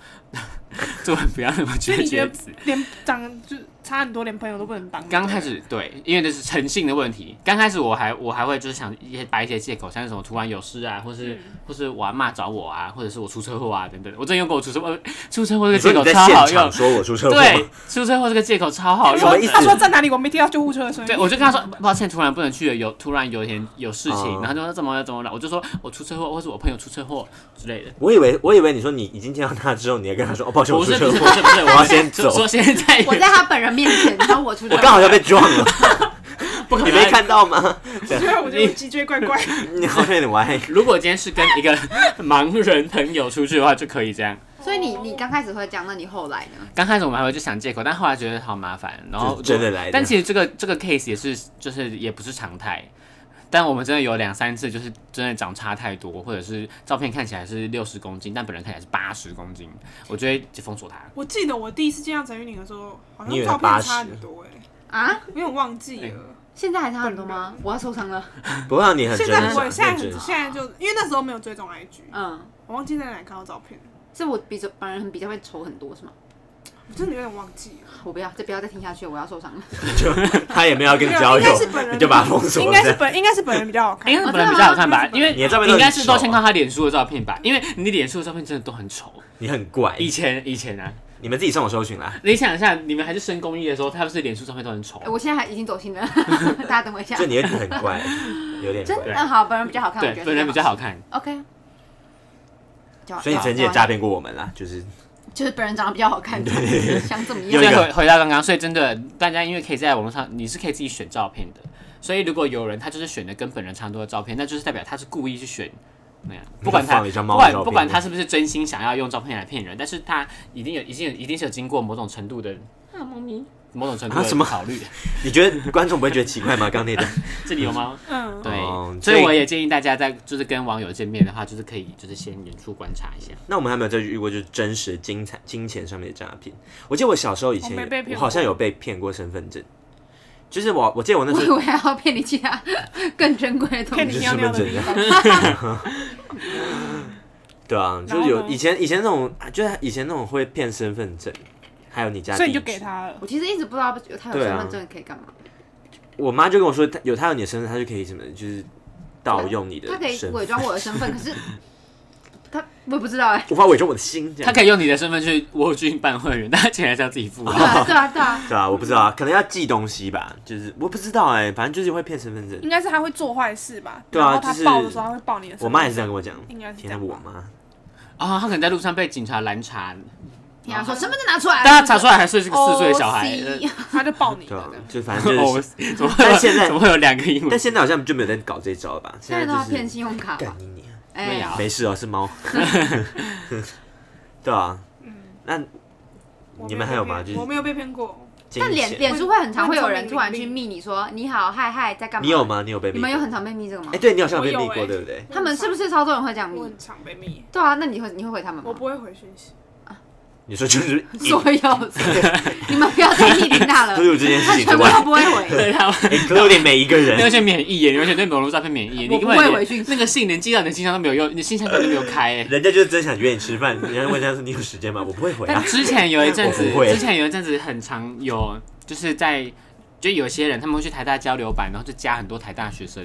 Speaker 1: 做人不要那么
Speaker 4: 所以
Speaker 1: 绝
Speaker 4: 你觉
Speaker 1: 绝
Speaker 4: 得
Speaker 1: 子。
Speaker 4: 连长就是差很多，连朋友都不能当。
Speaker 1: 刚开始对，因为这是诚信的问题。刚开始我还我还会就是想一些摆一些借口，像是什么突然有事啊，或是、或是我阿妈找我啊，或者是我出车祸啊等等。我真的用过我出车祸，呃出车祸这
Speaker 2: 你
Speaker 1: 个借
Speaker 2: 说
Speaker 1: 口
Speaker 2: 你在
Speaker 1: 超好
Speaker 2: 现场
Speaker 1: 用，
Speaker 2: 说我出车祸，
Speaker 1: 对，出车祸这个借口超好
Speaker 4: 他
Speaker 1: 用
Speaker 2: 什么
Speaker 1: 的。
Speaker 2: 意
Speaker 4: 说
Speaker 2: 思
Speaker 4: 他说在哪里，我没听到救护车的声音。
Speaker 1: 对，我就跟他说抱歉，突然不能去了，有突然有一点有事情，
Speaker 2: 嗯
Speaker 1: 然后他就说怎么了怎么了，我就说我出车祸，或是我朋友出车祸之类 的。
Speaker 2: 我以为我以为你说你已经见到他之后，你要跟他说哦，抱歉，
Speaker 1: 不
Speaker 2: 我出
Speaker 1: 是
Speaker 2: 车
Speaker 1: 不是不
Speaker 2: 祸，
Speaker 1: 是不是，我
Speaker 2: 我要先
Speaker 1: 就
Speaker 2: 走
Speaker 1: 说现在
Speaker 3: 我在他本人面前，然后我出
Speaker 2: 我
Speaker 3: 来，
Speaker 2: 刚好要被撞了，
Speaker 1: 不可
Speaker 2: 你
Speaker 1: 能
Speaker 2: 没看。到吗？
Speaker 4: 因为我觉得我脊椎怪怪。
Speaker 2: 你好像有点歪。
Speaker 1: 如果今天是跟一个盲人朋友出去的话，就可以这样。
Speaker 3: 所以你你刚开始会讲，那你后来呢？
Speaker 1: 刚开始我们还会就想借口，但后来觉得好麻烦，然后
Speaker 2: 就真的来的
Speaker 1: 但其实这个这个 case 也是，就是也不是常态，但我们真的有两三次，就是真的长差太多，或者是照片看起来是六十公斤，但本人看起来是八十公斤，我就会封锁他。
Speaker 4: 我记得我第一次见到翟玉宁的时候，好
Speaker 2: 你以
Speaker 4: 像
Speaker 2: 为哎
Speaker 4: 照
Speaker 2: 她
Speaker 4: 片差很
Speaker 2: 80
Speaker 4: 多哎、
Speaker 3: 啊，
Speaker 4: 我有点忘记了。
Speaker 3: 现在还差很多吗？我要受伤了。
Speaker 2: 不过你很
Speaker 4: 现
Speaker 2: 真
Speaker 4: 在
Speaker 2: 实，
Speaker 4: 不会，现在
Speaker 2: 认真啊
Speaker 4: 很现在就因为那时候没有追踪 IG，
Speaker 3: 嗯，
Speaker 4: 我忘记在哪里看到照片，
Speaker 3: 是我比较本人很比较会丑很多是吗？
Speaker 4: 我真的有点忘记 了。
Speaker 3: 我不要，再不要再听下去了，我要受伤了。
Speaker 2: 就他也没有要跟你
Speaker 4: 没有
Speaker 2: 交
Speaker 4: 应该
Speaker 2: 友
Speaker 4: 是本，人
Speaker 2: 你就把他封锁
Speaker 4: 应
Speaker 2: 了。
Speaker 4: 该是本应该是本人比较 好看
Speaker 1: 应，该是
Speaker 3: 哦
Speaker 1: 本人
Speaker 3: 真的
Speaker 1: 比较好
Speaker 3: 吗
Speaker 1: 看吧，因为
Speaker 2: 你的照片都
Speaker 1: 应
Speaker 2: 很
Speaker 1: 该是
Speaker 2: 丑
Speaker 1: 都
Speaker 2: 啊
Speaker 1: 先看他脸书的照片吧，因为你脸书的照片真的都很丑。
Speaker 2: 你很怪，
Speaker 1: 以前以前啊，
Speaker 2: 你们自己上网搜寻啦。
Speaker 1: 你想一下，你们还是深公益的时候，他不是脸书照片都很丑
Speaker 3: 哎？我现在还已经 走心了，大家等我一下
Speaker 2: 就。你有点很怪，有点
Speaker 3: 真
Speaker 2: 怪。
Speaker 3: 的好，本人比较好看，我
Speaker 1: 对
Speaker 3: 觉得，
Speaker 1: 本人比较好看。
Speaker 3: OK。就好啊
Speaker 2: 所以你曾经也诈骗过我们啦，就是
Speaker 3: 就是本人长得比较好看，想怎么
Speaker 2: 又
Speaker 1: 所以
Speaker 2: 一
Speaker 3: 样？
Speaker 2: 个
Speaker 1: 回回到刚刚，所以真的，大家因为可以在网络上，你是可以自己选照片的。所以如果有人他就是选的跟本人差不多的照片，那就是代表他是故意去选那样，不管他
Speaker 2: 放了一张
Speaker 1: 不
Speaker 2: 猫的
Speaker 1: 管
Speaker 2: 照片
Speaker 1: 不管他是不是真心想要用照片来骗人，但是他一定有一定有一定是有经过某种程度的
Speaker 3: 啊，猫咪，
Speaker 1: 某种程度
Speaker 2: 啊什么
Speaker 1: 的考虑。
Speaker 2: 你觉得观众不会觉得奇怪吗？刚那段，
Speaker 1: 这里有吗？
Speaker 4: 嗯，
Speaker 1: 对，
Speaker 2: 哦
Speaker 1: 所
Speaker 2: 所
Speaker 1: 以
Speaker 2: 以
Speaker 1: 我也建议大家在就是跟网友见面的话，就是可以就是先远处观察一下。
Speaker 2: 那我们还没有再遇过就是真实金钱金钱上面的诈骗。我记得我小时候以前
Speaker 4: 我没被骗
Speaker 2: 有，
Speaker 4: 过
Speaker 2: 我好像有被骗过身份证，就是我我记得我那
Speaker 3: 我
Speaker 2: 时
Speaker 3: 以
Speaker 2: 候
Speaker 3: 为还要骗你其他更珍贵的东
Speaker 4: 骗
Speaker 3: 西
Speaker 4: 你。尿尿的地方，
Speaker 2: 对啊，就
Speaker 4: 然
Speaker 2: 是
Speaker 4: 后
Speaker 2: 有
Speaker 4: 呢
Speaker 2: 以前以前那种就是以前那种会骗身份证，还有你家，
Speaker 4: 所以你就给。他了
Speaker 3: 我。其实一直不知道有他
Speaker 2: 啊
Speaker 3: 有身份证可以干嘛，
Speaker 2: 我妈就跟我说，她有她有你的身份，她就可以什么就是盗用你的
Speaker 3: 他可以
Speaker 2: 身份，
Speaker 3: 伪装我的身份，可 是他我也不知道哎。
Speaker 2: 无法伪装我的心。这
Speaker 1: 他
Speaker 2: 样
Speaker 1: 可以用你的身份去沃军办会员，但他钱还是要自己 付啊。
Speaker 3: 对啊，对啊，对啊，
Speaker 2: 对啊，我不知道啊，可能要寄东西吧，就是我不知道哎、反正就是会骗身份证。
Speaker 3: 嗯
Speaker 4: 应该是他会做坏事吧？
Speaker 2: 对啊
Speaker 4: 然后
Speaker 2: 就
Speaker 4: 他
Speaker 2: 是
Speaker 4: 报的时候，他会报你的身份证。
Speaker 2: 我妈也是这样跟我讲，
Speaker 4: 应该是这
Speaker 2: 天啊，
Speaker 4: 样吧
Speaker 2: 我妈
Speaker 1: 啊、他可能在路上被警察拦查，
Speaker 3: 你要说身份证拿出来，
Speaker 1: 大家查出来还是个
Speaker 3: 哦
Speaker 1: 四岁的小孩。呃
Speaker 3: OC
Speaker 4: 他就报你
Speaker 2: 对啊
Speaker 4: 的。，
Speaker 2: 就反 正 就
Speaker 1: 哦
Speaker 2: 是，，
Speaker 1: 怎么会有
Speaker 2: 但现在
Speaker 1: 怎么会有两个英
Speaker 2: 但
Speaker 1: 文？
Speaker 2: 现在好像就没有在搞这招了吧？
Speaker 3: 现在都
Speaker 2: 就
Speaker 3: 要
Speaker 2: 是
Speaker 3: 骗信用卡吧
Speaker 2: 干？你你啊，
Speaker 1: 对
Speaker 3: 哎
Speaker 1: 啊，
Speaker 2: 没事哦，是 猫。对啊，那
Speaker 4: 嗯我
Speaker 2: 你
Speaker 4: 没
Speaker 2: 们还有吗
Speaker 4: 被骗
Speaker 2: 就是
Speaker 4: 我没有被骗过，
Speaker 2: 金
Speaker 3: 但脸
Speaker 2: 钱
Speaker 3: 脸书会很常会有人突然去密你说你好，嗨嗨，在干嘛？
Speaker 2: 你有？吗？你有被
Speaker 3: 你
Speaker 2: 密？
Speaker 3: 们有很？常被密这个吗
Speaker 2: 哎，？对你好像有被
Speaker 4: 我
Speaker 2: 密
Speaker 4: 有
Speaker 2: 过，
Speaker 4: 欸
Speaker 2: 对不对？
Speaker 3: 他们是不是超多人会讲
Speaker 4: 我
Speaker 3: 密？
Speaker 4: 很常被密？
Speaker 3: 对啊，那你会你会回他们吗
Speaker 4: 我？不会回讯息，
Speaker 2: 你说 就是
Speaker 3: 所有的，你们不要再逆鳞 他了，
Speaker 2: 除了这件事
Speaker 3: 他
Speaker 2: 情之
Speaker 3: 全 部都
Speaker 2: 外
Speaker 3: 不会 回。
Speaker 1: 对他们
Speaker 2: ，including 每一个
Speaker 1: 那
Speaker 2: 人
Speaker 1: 个， 是免疫耶，你完全对某络诈骗免疫，
Speaker 3: 我
Speaker 1: 你
Speaker 3: 不
Speaker 1: 根
Speaker 3: 会
Speaker 1: 本
Speaker 3: 回
Speaker 1: 连
Speaker 3: 讯息
Speaker 1: 那个信连寄到你的信箱都没有用，你信箱根本就没有开耶。
Speaker 2: 人家就是真想约你吃饭，人家问他说你有时间吗？我不会回啊
Speaker 1: 但。之前有一阵子
Speaker 2: 我不，会
Speaker 1: 之前有一阵子很常有，就是在就有些人他们会去台大交流版，然后就加很多台大学生，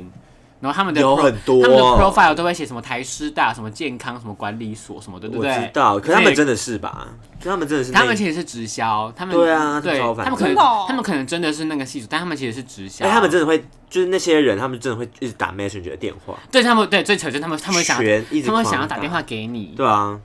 Speaker 1: 然后他们的
Speaker 2: 有
Speaker 1: pro-
Speaker 2: 很多
Speaker 1: 他们的 profile 都会写什么台师大、什么健康、什么管理所什么的，对不
Speaker 2: 我
Speaker 1: 对？
Speaker 2: 知道，可是他们
Speaker 1: 对
Speaker 2: 真的是吧？就他们真的是那，
Speaker 1: 他们其实是直销，他们
Speaker 2: 对啊
Speaker 1: 对，
Speaker 2: 超烦
Speaker 1: 他们可能
Speaker 4: 真的哦
Speaker 1: 他们可能真的是那个系主，但他们其实是直销，
Speaker 2: 哎，他们真的会，就是那些人，他们真的会一直打 messenger 的电话，
Speaker 1: 对他们对最扯就是他们他们想
Speaker 2: 全一直
Speaker 1: 他们
Speaker 2: 狂
Speaker 1: 想要打电话给你。
Speaker 2: 对啊，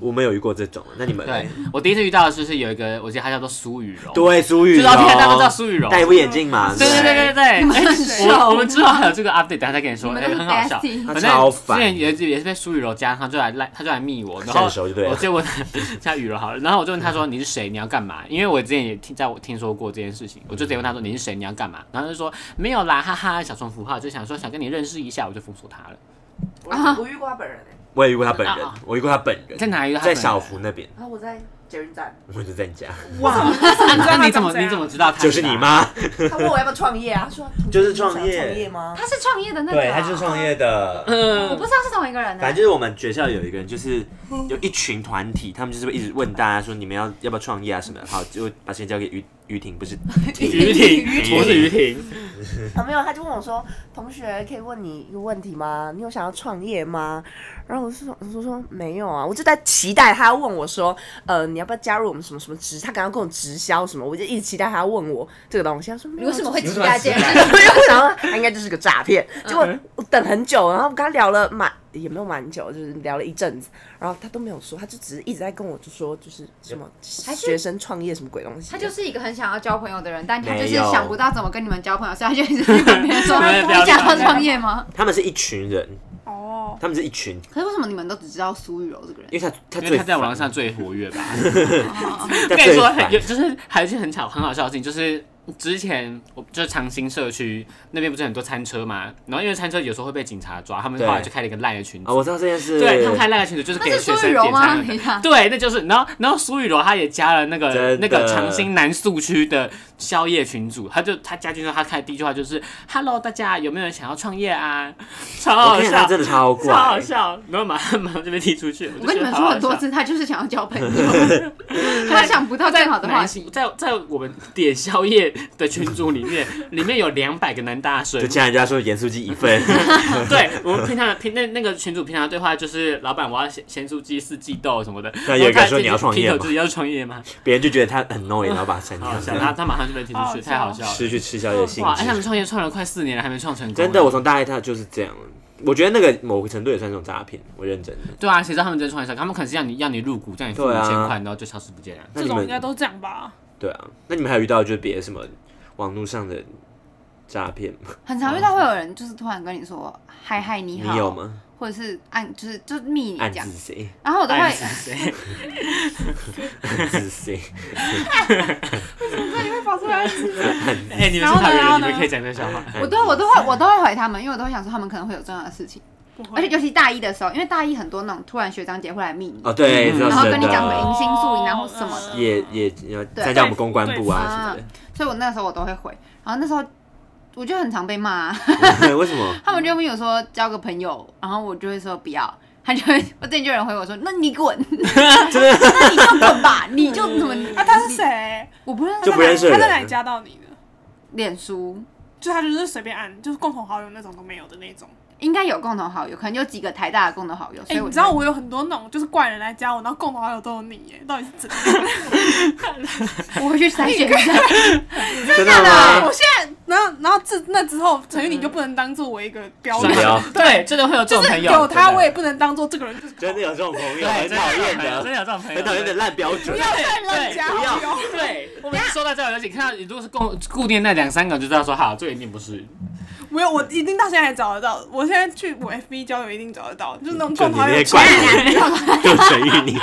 Speaker 2: 我没有遇过这种，那你们
Speaker 1: 对
Speaker 2: 呢
Speaker 1: 我第一次遇到的就是有一个，我记得他叫做苏雨柔，
Speaker 2: 对苏雨
Speaker 1: 就
Speaker 2: 柔，
Speaker 1: 是照片大家都知道苏雨柔，
Speaker 2: 戴一副眼镜嘛，
Speaker 1: 对对对对对，
Speaker 3: 们很
Speaker 1: 哎
Speaker 3: 熟
Speaker 1: 我我们之后还有这个 update，等一下再跟你说，
Speaker 3: 你
Speaker 1: 哎
Speaker 3: 们都是
Speaker 1: 很好笑。
Speaker 3: bestie
Speaker 1: 反
Speaker 2: 他超
Speaker 1: 正之
Speaker 2: 烦
Speaker 1: 前也是也是被苏雨柔加，他就来赖，他就来密我，然后
Speaker 2: 很熟就对了
Speaker 1: 我就问他 叫雨柔好了，然后我就问他说你是谁，你要干嘛？因为我之前也听在我听说过这件事情，我就直接问他说你是谁，你要干嘛？然后他就说没有啦，哈哈，小虫符号，就想说想跟你认识一下，我就封锁他了。
Speaker 5: 我
Speaker 3: 啊
Speaker 5: 我遇过他本人哎，
Speaker 2: 我也遇过他本人
Speaker 1: 啊啊，
Speaker 2: 我遇过他本人，
Speaker 1: 在哪里遇到他本
Speaker 2: 在
Speaker 1: 人
Speaker 2: 小福那边，
Speaker 5: 然后我在捷运站，
Speaker 2: 我就在你家，
Speaker 4: 哇！
Speaker 1: 那
Speaker 4: 那
Speaker 1: 你怎么你怎么知道他？
Speaker 2: 就是你？妈，
Speaker 5: 他问我要不要创业啊，他说
Speaker 2: 就是创业
Speaker 5: 你想创业吗？
Speaker 3: 他是创业的那个啊，
Speaker 2: 业的。
Speaker 3: 我
Speaker 1: 嗯
Speaker 3: 不，知道是同一个人啊呢
Speaker 2: 反正。就是我们学校有一个人，就是有一群团体，他们就是会一直问大家说你们要要不要创业啊什么的，好就把时间交给于于婷，不是
Speaker 1: 于婷，我是于婷，
Speaker 5: 啊，没有，他就问我说：“同学，可以问你一个问题吗？你有想要创业吗？”然后我就说：“我就说没有啊，我就在期待他问我说，呃，你要不要加入我们什么什么直？他刚刚跟我直销什么，我就一直期待他问我这个东西。他说：“
Speaker 3: 你
Speaker 5: 没有啊
Speaker 3: 为什么会期待这件
Speaker 5: 我
Speaker 3: 事？
Speaker 5: 就 想说他应该就是个诈骗。
Speaker 3: 嗯
Speaker 5: 结果我等很久，然后我跟他聊了蛮也没有蛮久，就是聊了一阵子，然后他都没有说，他就只是一直在跟我就说就是什么
Speaker 3: 还是
Speaker 5: 学生创业什么鬼东西的。
Speaker 3: 他就是一个很想要交朋友的人，但他
Speaker 2: 没
Speaker 3: 就
Speaker 2: 有
Speaker 3: 是想不到怎么跟你们交朋友，所以他就一直去跟别人说：“
Speaker 1: 没有
Speaker 3: 你想要创业吗
Speaker 2: 他们是一群人，
Speaker 4: 哦，
Speaker 2: 他们是一群，？”
Speaker 3: 可是为什么你们都只知道苏雨柔这个人？
Speaker 2: 因为他他
Speaker 1: 因为
Speaker 2: 最
Speaker 1: 他在网
Speaker 2: 烦
Speaker 1: 络上最活跃吧。
Speaker 2: 他
Speaker 1: 我跟你
Speaker 2: 最
Speaker 1: 说，
Speaker 2: 烦
Speaker 1: 很有就是还有一件很巧很好笑的事情，就是之前我就是长兴社区那边不是很多餐车嘛，然后因为餐车有时候会被警察抓，他们后
Speaker 2: 对
Speaker 1: 来就开了一个赖的群
Speaker 2: 啊，
Speaker 1: 组，
Speaker 2: 我知道这件事。
Speaker 1: 对他们开赖的群组就是给
Speaker 3: 那是
Speaker 1: 学
Speaker 3: 苏
Speaker 1: 生
Speaker 3: 雨柔
Speaker 1: 点
Speaker 3: 吗？
Speaker 1: 餐的
Speaker 3: 等一下，
Speaker 1: 对，那就是，然后然后苏雨柔她也加了那个
Speaker 2: 真的
Speaker 1: 那个长兴南宿区的宵夜群组，她就她加进去，她开的第一句话就是 “Hello，大家有没有人想要创业啊？” 超
Speaker 2: 我
Speaker 1: 好
Speaker 2: 看他
Speaker 1: 笑，
Speaker 2: 真的超
Speaker 1: 超好
Speaker 2: 怪，
Speaker 1: 笑，然后马上马上就被踢出去。
Speaker 3: 我
Speaker 1: 我
Speaker 3: 跟你们说很多次，他就是想要交朋友， 他想不到更好的话
Speaker 1: 男
Speaker 3: 题。
Speaker 1: 在在我们点宵夜的群组里 面，里面有两百个男大生
Speaker 2: 就，欠人家说盐酥鸡一 份，
Speaker 1: 对我们平常平那那个群主平常对话就是老板我要咸咸酥鸡四季豆什么的，
Speaker 2: 然有
Speaker 1: 然后
Speaker 2: 一个
Speaker 1: 他自
Speaker 2: 说
Speaker 1: 己
Speaker 2: 你要创业
Speaker 1: 劈头
Speaker 2: 吗
Speaker 1: 自己要创业吗？
Speaker 2: 别人就觉得他很 annoying，然后把他删
Speaker 1: 好好笑，
Speaker 2: 掉
Speaker 1: 他， 他马上就被踢出去，太好笑了。
Speaker 2: 失去吃宵夜的兴
Speaker 1: 哇！而且他
Speaker 2: 致
Speaker 1: 们。创业创了快四年了，还没创成功。
Speaker 2: 真的，我从大一他就是这样。我觉得那个某个程度也算是一种诈骗，我认真的。
Speaker 1: 对啊，谁知道他们真的创业成功？他们可能是让你让你入股，叫你付五
Speaker 2: 对啊
Speaker 1: 千块，然后就消失不见了。
Speaker 2: 那你
Speaker 4: 这种应该
Speaker 2: 们
Speaker 4: 都这样吧？
Speaker 2: 对啊，那你们还有遇到就是别的什么网络上的诈骗吗？
Speaker 3: 很常遇到会有人就是突然跟你说“嗨嗨，你
Speaker 2: 你
Speaker 3: 好”，
Speaker 2: 有吗？
Speaker 3: 或者是按就是就密你
Speaker 2: 暗
Speaker 3: 讲
Speaker 2: 自，谁？
Speaker 3: 然后我都会
Speaker 1: 哎是 谁？
Speaker 2: 暗自谁？
Speaker 3: 会跑出来，
Speaker 1: 哎，你们
Speaker 4: 然
Speaker 1: 是
Speaker 4: 后呢
Speaker 1: 桃园
Speaker 4: 然后
Speaker 1: 人，你
Speaker 4: 呢
Speaker 1: 们可以讲这个笑话。
Speaker 3: 我都我都会我都会回他们，因为我都会想说他们可能会有重要的事情，
Speaker 4: 不会
Speaker 3: 而且尤其大一的时候，因为大一很多那种突然学长姐会来密你，
Speaker 2: 哦，对，
Speaker 1: 嗯
Speaker 2: 这是
Speaker 3: 然后跟
Speaker 2: 真
Speaker 3: 你讲
Speaker 2: 的
Speaker 3: 什么迎新宿营啊或什么的
Speaker 2: 也也要参加我们公关部啊
Speaker 3: 对所以我那时候我都会回，然后那时候我就很常被骂、啊。
Speaker 4: 嗯
Speaker 2: 什么的。为什么？
Speaker 3: 他们就会有说交个朋友，然后我就会说 不要，他就会，我之前就有人回我说，那你滚， 那你就滚 吧，你就怎么，
Speaker 4: 啊，他是谁？
Speaker 3: 我不认
Speaker 2: 就
Speaker 3: 识
Speaker 2: 不认识
Speaker 4: 他
Speaker 2: 人
Speaker 4: 在哪里加到你的？
Speaker 3: 脸书，
Speaker 4: 就他就是随便按，就是共同好友那种都没有的那种。
Speaker 3: 应该有共同好友，可能有几个台大的共同好友，所
Speaker 4: 哎、
Speaker 3: 以我
Speaker 4: 你
Speaker 3: 就
Speaker 4: 知道我有很多那种就是怪人来加我，然后共同好友都有你，哎，到底是怎样？
Speaker 3: 我会去筛选 一下，
Speaker 2: 真的吗
Speaker 4: 我？现在，然后然后自那之后，陈玉你就不能当做我一个标准
Speaker 2: 双，标
Speaker 1: 对，真的会有这
Speaker 4: 就
Speaker 1: 种
Speaker 4: 是
Speaker 1: 朋友。
Speaker 4: 有他
Speaker 1: 真的
Speaker 4: 我也不能当做这个人就是
Speaker 2: 真的有这种朋友，
Speaker 1: 对，
Speaker 2: 很讨厌的，
Speaker 1: 真的有这种朋友，
Speaker 2: 很讨厌的烂标准。
Speaker 4: 看人家
Speaker 2: 不要
Speaker 4: 好友。
Speaker 1: 对，我每次说到这，而且看到如果是固固定那两三个，就知道说好，这个一定不是。
Speaker 4: 没有，我一定到现在还找得到。我现在去我 FB 交友一定找得到，就是那种
Speaker 2: 就
Speaker 4: 共
Speaker 2: 你
Speaker 4: 同好
Speaker 2: 那
Speaker 4: 友。
Speaker 2: 些怪人，就沈玉你，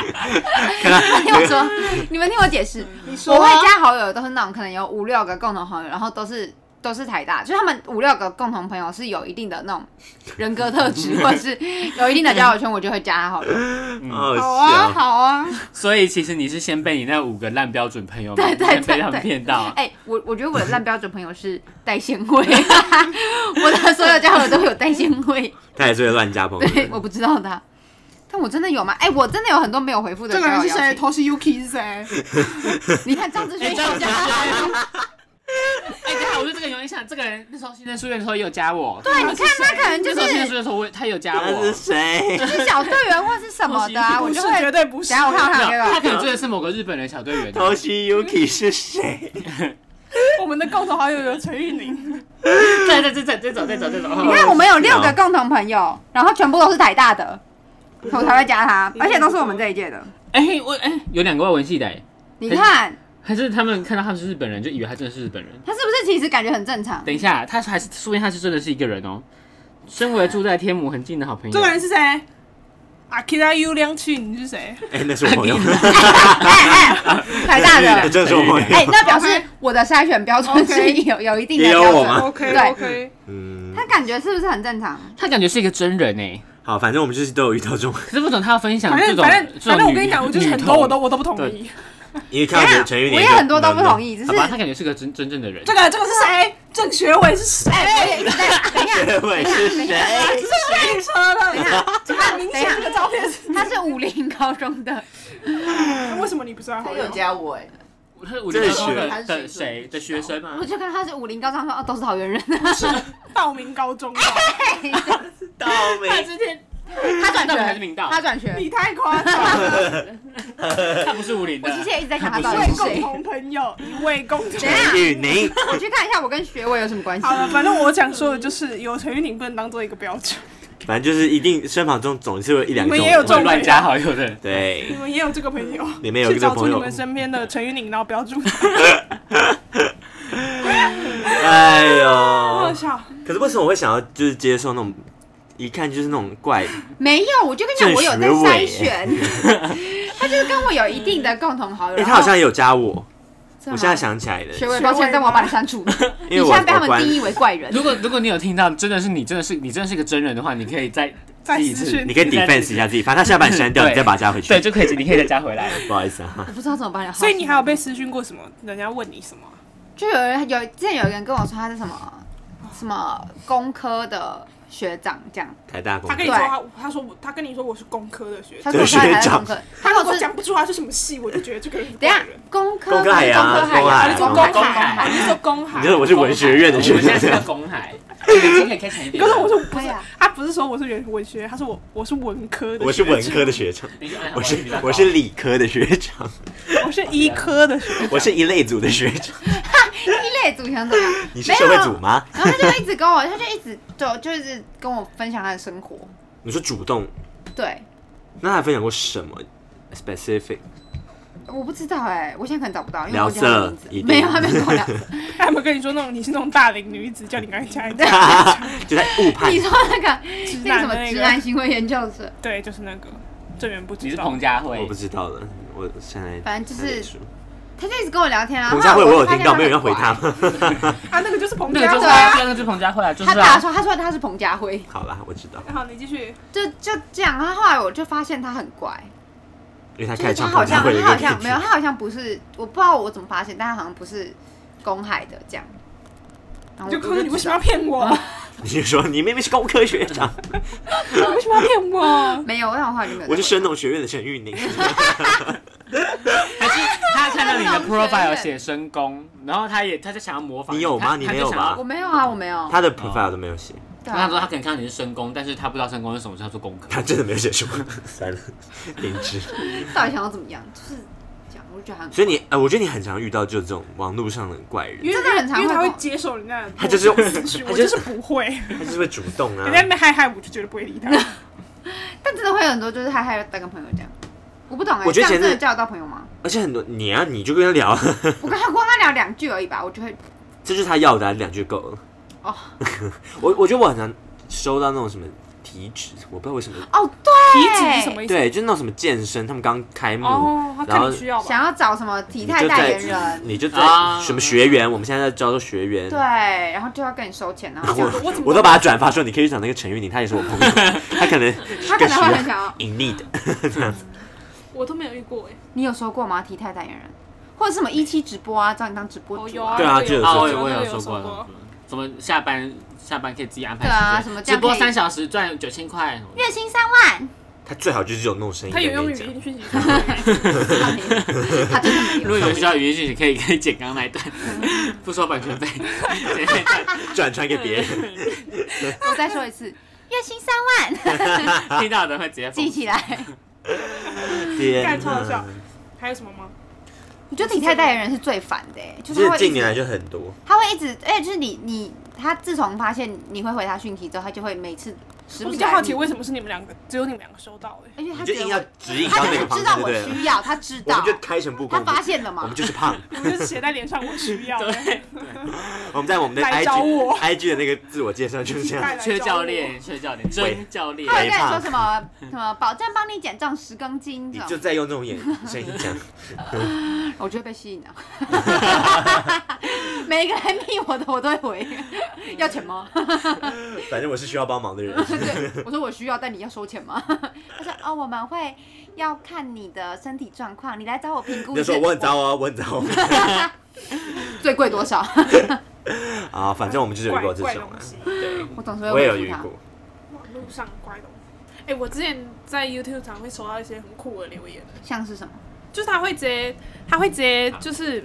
Speaker 2: 看他
Speaker 3: 听 我 说，你们听我解释，
Speaker 4: 你哎说
Speaker 3: 我
Speaker 4: 啊
Speaker 3: 会加好友都是那种可能有五六个共同好友，然后都是。都是台大，就是他们五六个共同朋友是有一定的那种人格特 质，或者是有一定的交友圈，我就会加他好友。
Speaker 2: 好
Speaker 3: 好啊，
Speaker 2: 好哦笑。
Speaker 3: 好啊。
Speaker 1: 所以其实你是先被你那五个烂标准朋友们
Speaker 3: 对对对
Speaker 1: 被他们骗到。
Speaker 3: 哎、我我觉得我的烂标准朋友是代先会， 我的所有交友都有代先会，
Speaker 2: 他也是会乱加朋友
Speaker 3: 对，我
Speaker 2: 的，
Speaker 3: 不知道的。但我真的有吗？哎、我真的有很多没有回复的
Speaker 4: 这个
Speaker 3: 交
Speaker 4: 人
Speaker 3: 友
Speaker 4: 是
Speaker 3: 邀
Speaker 4: 谁？
Speaker 3: 请。
Speaker 4: 头袭 Yuki 是谁？
Speaker 3: 你看张志
Speaker 1: 哎，
Speaker 3: 轩
Speaker 1: 这样子，哎，等一下，我哎对这个有印象。这个人那时候新生书院的时候也有加我，
Speaker 3: 对，你看他可能就
Speaker 1: 那时候新生书
Speaker 3: 是
Speaker 1: 院的时候我也他有加
Speaker 2: 他
Speaker 1: 我
Speaker 2: 是。谁？
Speaker 3: 是小队员或是什么的啊，我
Speaker 4: 不，
Speaker 3: 就是会。
Speaker 4: 绝对不是。
Speaker 3: 等一下我看我
Speaker 1: 没
Speaker 3: 看
Speaker 1: 有
Speaker 3: 我看
Speaker 1: 他
Speaker 3: 这
Speaker 1: 可
Speaker 3: 个，
Speaker 1: 能真的是某个日本人小队员。
Speaker 2: 头袭 Yuki 是 谁？
Speaker 4: 我们的共同好友有陈玉宁，
Speaker 1: 嗯对对对对，再走再走再走。
Speaker 3: 你看我们有六
Speaker 1: 哦
Speaker 3: 个共同朋友，然后全部都是台大的，我才会加他，而且都是我们这一届的。
Speaker 1: 哎我哎有两个外文系的，哎
Speaker 3: 你看
Speaker 1: 还是他们看到他是日本人就以为他真的是日本人。
Speaker 3: 他是不是其实感觉很正常？
Speaker 1: 等一下，他还是说明他是真的是一个人哦。身为住在天母很近的好朋友，
Speaker 4: 这个人是谁？Akira U 梁庆，你是谁？
Speaker 2: 哎，那是我朋 友，
Speaker 3: 哎 哎，台 大的，
Speaker 2: 这真的是我朋友。
Speaker 3: 哎、那表示我的筛选标准是
Speaker 4: OK
Speaker 3: 有有一定的
Speaker 2: 也有
Speaker 3: 标
Speaker 2: 我
Speaker 3: 准。
Speaker 2: 吗
Speaker 4: OK
Speaker 3: 对
Speaker 4: OK，
Speaker 2: 嗯，
Speaker 3: 他感觉是不是很正常？
Speaker 1: 他感觉是一个真人哎，
Speaker 2: 好，反正我们就是都有遇到这种，
Speaker 1: 可是不懂他要分享嗯
Speaker 4: 反
Speaker 1: 这
Speaker 4: 正
Speaker 1: 种，
Speaker 4: 反正
Speaker 1: 这
Speaker 4: 反
Speaker 1: 种
Speaker 4: 正我
Speaker 1: 女
Speaker 4: 跟你讲，我就是
Speaker 1: 女
Speaker 4: 很多
Speaker 1: 头
Speaker 4: 我都我都不同意。
Speaker 2: 因为看到陈
Speaker 3: 等一下
Speaker 2: 陈玉
Speaker 3: 我
Speaker 2: 莲
Speaker 3: 也
Speaker 2: 就
Speaker 3: 很多都不
Speaker 2: no，no
Speaker 3: 同意，只
Speaker 1: 好
Speaker 3: 是
Speaker 1: 吧，他感觉是个真真正的人。
Speaker 4: 这个这个是谁？郑学伟是谁？
Speaker 3: 哎，我也一直在等一下，
Speaker 2: 对我也是谁？
Speaker 4: 这是谁车
Speaker 3: 等一
Speaker 4: 的？
Speaker 3: 下，
Speaker 4: 这很明显，这个照片是。
Speaker 3: 他是武林高中的，
Speaker 4: 为什么你不是他
Speaker 5: 他
Speaker 4: 好友
Speaker 5: 有？加我
Speaker 3: 欸
Speaker 5: 哎、
Speaker 1: 他是五
Speaker 2: 这
Speaker 1: 年
Speaker 2: 是
Speaker 1: 高中
Speaker 2: 学
Speaker 1: 的的
Speaker 5: 他是
Speaker 1: 谁
Speaker 5: 谁
Speaker 1: 的学生吗
Speaker 3: 我？就看他是武林高中，他说哦都是桃园人，
Speaker 4: 道明高中 的，
Speaker 2: 倒霉
Speaker 1: 他之前
Speaker 3: 他转
Speaker 1: 到底
Speaker 3: 学
Speaker 1: 还是明道
Speaker 3: 他转学。
Speaker 4: 你太夸张了。
Speaker 1: 他不是五林
Speaker 3: 我
Speaker 1: 的，
Speaker 3: 其实也一直在想他到底
Speaker 4: 为
Speaker 3: 是
Speaker 4: 共
Speaker 3: 谁。
Speaker 4: 同朋友，一位共同。
Speaker 2: 陈玉宁，
Speaker 3: 我去看一下我跟学位有什么关系
Speaker 4: 好。了，反正我想说的就是，有陈玉宁不能当做一个标准。
Speaker 2: 反正就是一定身旁中总是有一两个
Speaker 4: 你们也有这
Speaker 1: 会
Speaker 4: 种
Speaker 1: 乱加好友的人。
Speaker 4: 你
Speaker 2: 对，
Speaker 4: 们也有这个朋友，
Speaker 2: 里面有一
Speaker 4: 去
Speaker 2: 个这个
Speaker 4: 找出
Speaker 2: 朋
Speaker 4: 你
Speaker 2: 友
Speaker 4: 们，身边的陈玉宁，然后标注他。
Speaker 2: 哎
Speaker 4: 好 好
Speaker 2: 呦，
Speaker 4: 笑。
Speaker 2: 可是为什么我会想要就是接受那种一看就是那种 怪？
Speaker 3: 没有，我就跟你讲，
Speaker 2: 郑
Speaker 3: 我有
Speaker 2: 学
Speaker 3: 在
Speaker 2: 伟
Speaker 3: 筛选。他就是跟我有一定的共同好友，
Speaker 2: 哎，
Speaker 3: 然
Speaker 2: 他好
Speaker 3: 后
Speaker 2: 像也有加我，
Speaker 3: 真
Speaker 2: 我
Speaker 3: 的吗
Speaker 2: 现在想起来了，
Speaker 3: 嗯啊学位抱歉，但我要把你删除。你
Speaker 2: 因为
Speaker 3: 现
Speaker 2: 我
Speaker 3: 在被他
Speaker 2: 我
Speaker 3: 们
Speaker 2: 关
Speaker 3: 定义为怪人。
Speaker 1: 如果如果你有听到，真的是你真的是你真的是个真人的话，你可以再
Speaker 4: 再
Speaker 1: 自己一
Speaker 4: 私
Speaker 1: 次
Speaker 4: 讯
Speaker 2: 你可以 defense 一下自己，反正他下半删掉，
Speaker 1: 对
Speaker 2: 你再把它加回去。
Speaker 1: 对，就可以你可以再加 回来。
Speaker 2: 不好意思啊，
Speaker 3: 我不知道怎么把你。
Speaker 4: 所以你还有被私讯过什么？人家问你什
Speaker 2: 哦
Speaker 4: 么啊？
Speaker 3: 就有人有之前有一个人跟我说他是什么什么工科的学长这样，
Speaker 2: 台大工
Speaker 4: 他
Speaker 2: 科
Speaker 4: 跟你说他，他说我，他跟你说我是工科的学
Speaker 3: 他
Speaker 4: 生，
Speaker 3: 跟我说他
Speaker 2: 学
Speaker 3: 还在
Speaker 2: 长
Speaker 3: 工科，他跟
Speaker 4: 他如
Speaker 3: 我
Speaker 4: 果
Speaker 3: 说
Speaker 4: 讲不出他是什么系，我就觉得这个人是
Speaker 3: 等一
Speaker 4: 怪
Speaker 3: 下
Speaker 4: 人。
Speaker 3: 工科
Speaker 2: 工科海
Speaker 3: 洋，
Speaker 2: 洋
Speaker 3: 工科
Speaker 2: 啊
Speaker 3: 海
Speaker 2: 工海
Speaker 3: 工
Speaker 4: 工
Speaker 3: 科
Speaker 4: 海，
Speaker 3: 海
Speaker 4: 你是说工
Speaker 2: 你说
Speaker 4: 海？
Speaker 2: 我是文学院的学
Speaker 1: 我们现在是
Speaker 2: 生
Speaker 1: 个，公海，已经可以开前一点
Speaker 4: 可
Speaker 1: 了。
Speaker 4: 是我说我不
Speaker 3: 哎
Speaker 4: 是
Speaker 3: 呀，
Speaker 4: 他不是说我是文文学，他说我我是文科的，
Speaker 2: 我是文科的，学长，
Speaker 1: 你按
Speaker 2: 我
Speaker 1: 我比
Speaker 2: 是
Speaker 1: 较高
Speaker 2: 我是理科的学 长，
Speaker 4: 我是医科的学生。
Speaker 2: 我是一类组的学 长。
Speaker 3: 一类组成怎么样？
Speaker 2: 你是社会组吗？
Speaker 3: 然后他就一直跟我，他就一直就就一直跟我分享他的生活，
Speaker 2: 你说主动，
Speaker 3: 对。
Speaker 2: 那他还分享过什么 specific？
Speaker 3: 我不知道哎、我现在可能找不到，因为
Speaker 2: 聊
Speaker 3: 我记得他的
Speaker 2: 色
Speaker 3: 名字
Speaker 2: 一定
Speaker 3: 没有，他没有跟 我聊色。
Speaker 4: 他有没有跟你说那种你是那种大龄女子，叫你赶紧加一点？
Speaker 2: 就在误判
Speaker 3: 你。说那个那个什
Speaker 4: 直男的那
Speaker 3: 么
Speaker 4: 个
Speaker 3: 直男行为研究所，
Speaker 4: 对，就是那个郑源不
Speaker 1: 你
Speaker 4: 知
Speaker 1: 是
Speaker 4: 道
Speaker 1: 彭。佳
Speaker 2: 我
Speaker 1: 慧
Speaker 2: 不，知道了，我现在
Speaker 3: 反正就是
Speaker 2: 在脸书
Speaker 3: 他就一直跟我聊天啊。
Speaker 2: 彭佳慧，
Speaker 3: 后
Speaker 2: 我
Speaker 3: 来
Speaker 2: 有听
Speaker 3: 就发现
Speaker 2: 到，
Speaker 3: 很
Speaker 2: 没有人回
Speaker 3: 怪
Speaker 2: 他。吗？
Speaker 4: 啊，那个就是彭
Speaker 1: 那个
Speaker 4: 佳
Speaker 1: 就是
Speaker 4: 慧
Speaker 3: 对啊
Speaker 4: 啊。
Speaker 1: 那个就是彭佳慧啊，就是
Speaker 3: 他打
Speaker 1: 啊，
Speaker 3: 说，他说他是彭佳慧，
Speaker 2: 好啦，我知道，
Speaker 4: 好，你继续。
Speaker 3: 就就这样。然后后来我就发现他很怪，
Speaker 2: 因为他
Speaker 3: 就
Speaker 2: 开
Speaker 3: 是
Speaker 2: 始
Speaker 3: 他
Speaker 2: 唱
Speaker 3: 好
Speaker 2: 彭
Speaker 3: 像
Speaker 2: 佳慧的
Speaker 3: 他
Speaker 2: 歌
Speaker 3: 好像没有，他好像不是，我不知道我怎么发现，但他好像不是公海的这样。然后
Speaker 4: 就
Speaker 3: 我
Speaker 4: 告诉你为
Speaker 3: 知
Speaker 4: 什
Speaker 3: 道
Speaker 4: 么要骗我？啊
Speaker 2: 你就说你明明是工科学 长，
Speaker 4: 为什么要骗我？啊
Speaker 3: 没有，我想后来就没有再回他。
Speaker 2: 我是神农学院的沈玉宁。
Speaker 1: 还是他看到你的
Speaker 3: 那种学
Speaker 1: profile
Speaker 3: 院
Speaker 1: 写深宫，然后他也他就想要模仿
Speaker 2: 你有吗
Speaker 1: 他
Speaker 2: 你
Speaker 1: 他就
Speaker 2: 没有
Speaker 1: 想要
Speaker 2: 吧
Speaker 3: 我没有啊，我没有。
Speaker 2: 他的 profile 都没有写，
Speaker 3: 对
Speaker 1: 那他说他
Speaker 3: 啊，
Speaker 1: 可能看到你是深宫，但是他不知道深宫是什么，是他做功课。
Speaker 2: 他真的没有写什么， 算了，停止。
Speaker 3: 到底想要怎么样？就是这样，我就觉得他很怪
Speaker 2: 所以你，呃，我觉得你很常遇到就这种网络上的怪
Speaker 4: 因
Speaker 2: 人，
Speaker 4: 为
Speaker 3: 真的很常
Speaker 4: 因为他
Speaker 3: 会
Speaker 4: 会
Speaker 3: 碰
Speaker 4: 接受人家的，
Speaker 2: 他就是
Speaker 4: 私讯，
Speaker 2: 他
Speaker 4: 我
Speaker 2: 就
Speaker 4: 就是不会。
Speaker 2: 他就是会主动啊
Speaker 4: 人。家没嗨嗨，我就绝对不会理他。
Speaker 3: 但真的会有很多就是嗨嗨的跟朋友这样，我不懂哎、欸，
Speaker 2: 我觉得
Speaker 3: 这样
Speaker 2: 前
Speaker 3: 真的
Speaker 2: 阵
Speaker 3: 交得到朋友吗？
Speaker 2: 而且很多你啊，你就跟他聊啊，
Speaker 3: 我跟他 光他聊两句而已吧，我就会
Speaker 2: 这就是他要的啊两句够了。
Speaker 3: 哦
Speaker 2: 我我觉得我很常收到那种什么体脂，我不知道为什么，
Speaker 3: 哦
Speaker 4: 体
Speaker 3: 对，
Speaker 4: 脂是什么意思？
Speaker 2: 对，就是那种什么健身，他们刚开幕，
Speaker 4: 哦，他
Speaker 2: 然
Speaker 4: 看
Speaker 2: 后
Speaker 4: 你需要吧？
Speaker 3: 想要找什么体
Speaker 2: 你
Speaker 3: 态
Speaker 2: 就
Speaker 3: 代言
Speaker 2: 在
Speaker 3: 人，
Speaker 2: 你就在
Speaker 1: 啊
Speaker 2: 什么学员，我们现在在招收学员，
Speaker 3: 对，然后就要跟你收钱，然后
Speaker 4: 我我怎么
Speaker 2: 我都把他转发说你可以去找那个陈玉宁，他也是我朋 友，他可能
Speaker 3: 他可
Speaker 2: 更
Speaker 3: 能
Speaker 2: 需
Speaker 3: 会
Speaker 2: 要
Speaker 3: 很想要，
Speaker 2: in need。
Speaker 4: 我都没有遇过哎。
Speaker 3: 你有收过吗？体态代言人或者什么一期直播啊，找你当直播
Speaker 4: 哦
Speaker 3: 主
Speaker 4: 有啊，
Speaker 2: 对啊
Speaker 4: 这个
Speaker 2: 这个
Speaker 1: 啊，
Speaker 2: 是
Speaker 1: 我
Speaker 2: 有
Speaker 1: 有我
Speaker 4: 这个
Speaker 1: 说
Speaker 4: 过
Speaker 1: 过，什么下班下班可以自己安排
Speaker 3: 对
Speaker 1: 时
Speaker 3: 啊
Speaker 1: 间
Speaker 3: 什么这
Speaker 1: 直
Speaker 3: 样
Speaker 1: 播
Speaker 3: 可以
Speaker 1: 三小时赚九千块，
Speaker 3: 月薪三 万，
Speaker 2: 他最好就是有那种声音
Speaker 4: 他
Speaker 2: 在
Speaker 4: 有
Speaker 2: 那
Speaker 4: 用语
Speaker 2: 边讲。
Speaker 4: 音讯息说的，
Speaker 3: 他真的没
Speaker 1: 如果
Speaker 3: 有。
Speaker 1: 有需要语音讯息，可以可以剪刚刚那一段，
Speaker 3: 嗯
Speaker 1: 不收版 权费，剪那一段
Speaker 2: 转传给别人，
Speaker 3: 我再说一次，月薪三万，
Speaker 1: 听到的会直接封
Speaker 3: 记起
Speaker 4: 哦
Speaker 3: 来。
Speaker 2: 天
Speaker 4: 干超好
Speaker 2: 哪
Speaker 4: 笑！还有什么 吗？
Speaker 3: 我觉得体态代言人是最烦的、欸，
Speaker 2: 其
Speaker 3: 就是
Speaker 2: 实
Speaker 3: 会一
Speaker 2: 近啊年
Speaker 3: 直
Speaker 2: 来就很多，
Speaker 3: 他会一直，哎、就是你你他自从发现你会回他讯息之后，他就会每次时
Speaker 4: 我
Speaker 3: 不
Speaker 4: 比
Speaker 3: 时
Speaker 4: 较
Speaker 3: 来
Speaker 4: 好奇
Speaker 3: 你
Speaker 4: 为什么是你们两个，只有你们两个收到
Speaker 3: 而
Speaker 4: 哎。
Speaker 3: 且
Speaker 2: 你
Speaker 3: 他
Speaker 2: 就
Speaker 3: 觉得
Speaker 2: 硬要
Speaker 3: 我，
Speaker 2: 指引
Speaker 3: 他
Speaker 2: 到
Speaker 3: 可
Speaker 2: 那个
Speaker 3: 能
Speaker 2: 方
Speaker 3: 知道
Speaker 2: 向，
Speaker 3: 我
Speaker 2: 对了。
Speaker 3: 需要，他知
Speaker 2: 我
Speaker 3: 道
Speaker 2: 们，就开诚布公，
Speaker 3: 他发现了
Speaker 2: 我
Speaker 3: 嘛
Speaker 2: 们。就是胖，
Speaker 4: 我们就是写在脸上，我需要。欸
Speaker 2: 我们在我们的
Speaker 4: 来找我
Speaker 2: IG IG 的那个自我介绍就是这样，
Speaker 1: 缺教练，缺教练，真教练
Speaker 3: 他，会
Speaker 2: 喂
Speaker 3: 跟你说什么什么保证帮你减重十公斤
Speaker 2: 你
Speaker 3: 这
Speaker 2: 就
Speaker 3: 种，
Speaker 2: 在用这种眼声音讲，
Speaker 3: 我就会被吸引了。 每一个来密我的我都会回，要钱吗？
Speaker 2: 反正我是需要帮忙的人。
Speaker 3: 对，我说我需要，但你要收钱吗？ 他说哦，我们会要看你的身体状况，你来找我评估
Speaker 2: 你
Speaker 3: 一
Speaker 2: 就
Speaker 3: 下
Speaker 2: 说。我很糟哦，我很糟哦
Speaker 3: 最贵多少？
Speaker 2: 啊，反正我们就是有遇
Speaker 4: 怪
Speaker 2: 过这
Speaker 4: 怪
Speaker 2: 种啊
Speaker 4: 东，西，对，
Speaker 3: 我总是会
Speaker 2: 我也有
Speaker 3: 回复
Speaker 2: 遇
Speaker 3: 他
Speaker 2: 过。
Speaker 4: 网络上怪东西。哎、我之前在 YouTube 常会收到一些很酷的留言，
Speaker 3: 像是什么？
Speaker 4: 就是他会直接，他会直接就是，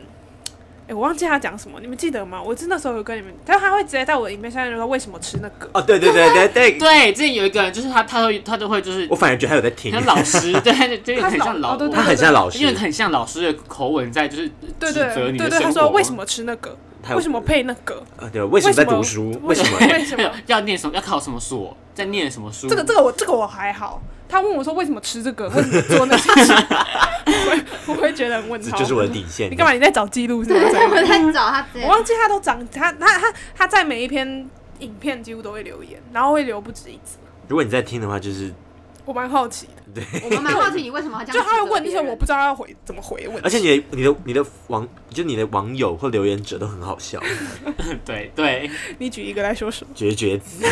Speaker 4: 哎、我忘记他讲什么，你们记得吗？我是那时候有跟你们，但他会直接在我的影片下面就说为什么吃那个，
Speaker 2: 哦，对对对对对，
Speaker 1: 对，之前有一个人，就是他，他都他都会就是
Speaker 2: 我反而觉得他有在 听，
Speaker 1: 像老师，对，就有点很
Speaker 4: 他是老
Speaker 1: 像老，
Speaker 4: 哦对对
Speaker 2: 他很像老师，
Speaker 1: 因为很像老师的口吻在，就是
Speaker 4: 对
Speaker 1: 指
Speaker 4: 对
Speaker 1: 责你
Speaker 4: 对
Speaker 1: 的
Speaker 4: 对，他
Speaker 1: 生
Speaker 4: 说
Speaker 1: 活。
Speaker 4: 为什？么吃那个，
Speaker 2: 他有
Speaker 4: 为什么配那个，
Speaker 2: 啊对，为什么在读书？为什么？
Speaker 4: 为什么？
Speaker 1: 要念什么？要考什么所？在念什么书？
Speaker 4: 这个这个我这个我还好。他问我说为什么吃这个，为什么做那些 事，我会我会觉得很 问
Speaker 2: 这
Speaker 4: 号。
Speaker 2: 就是我的底线。
Speaker 4: 你干嘛？？你在找记录 是 吗？
Speaker 3: 对，啊我在找他之
Speaker 4: 我
Speaker 3: 前，
Speaker 4: 忘记他都长他他他他在每一篇影片几乎都会留言，然后会留不止一次。
Speaker 2: 如果你在听的话，就是
Speaker 4: 我蛮好奇的，
Speaker 3: 我们蛮好奇你为什么要这样，
Speaker 4: 就他会问一些 我不。知道要回怎么回的问题，
Speaker 2: 而且你的、你的、你的网，就你的网友或留言者都很好笑，
Speaker 1: 对对，
Speaker 4: 你举一个来说什么？
Speaker 2: 绝绝 子，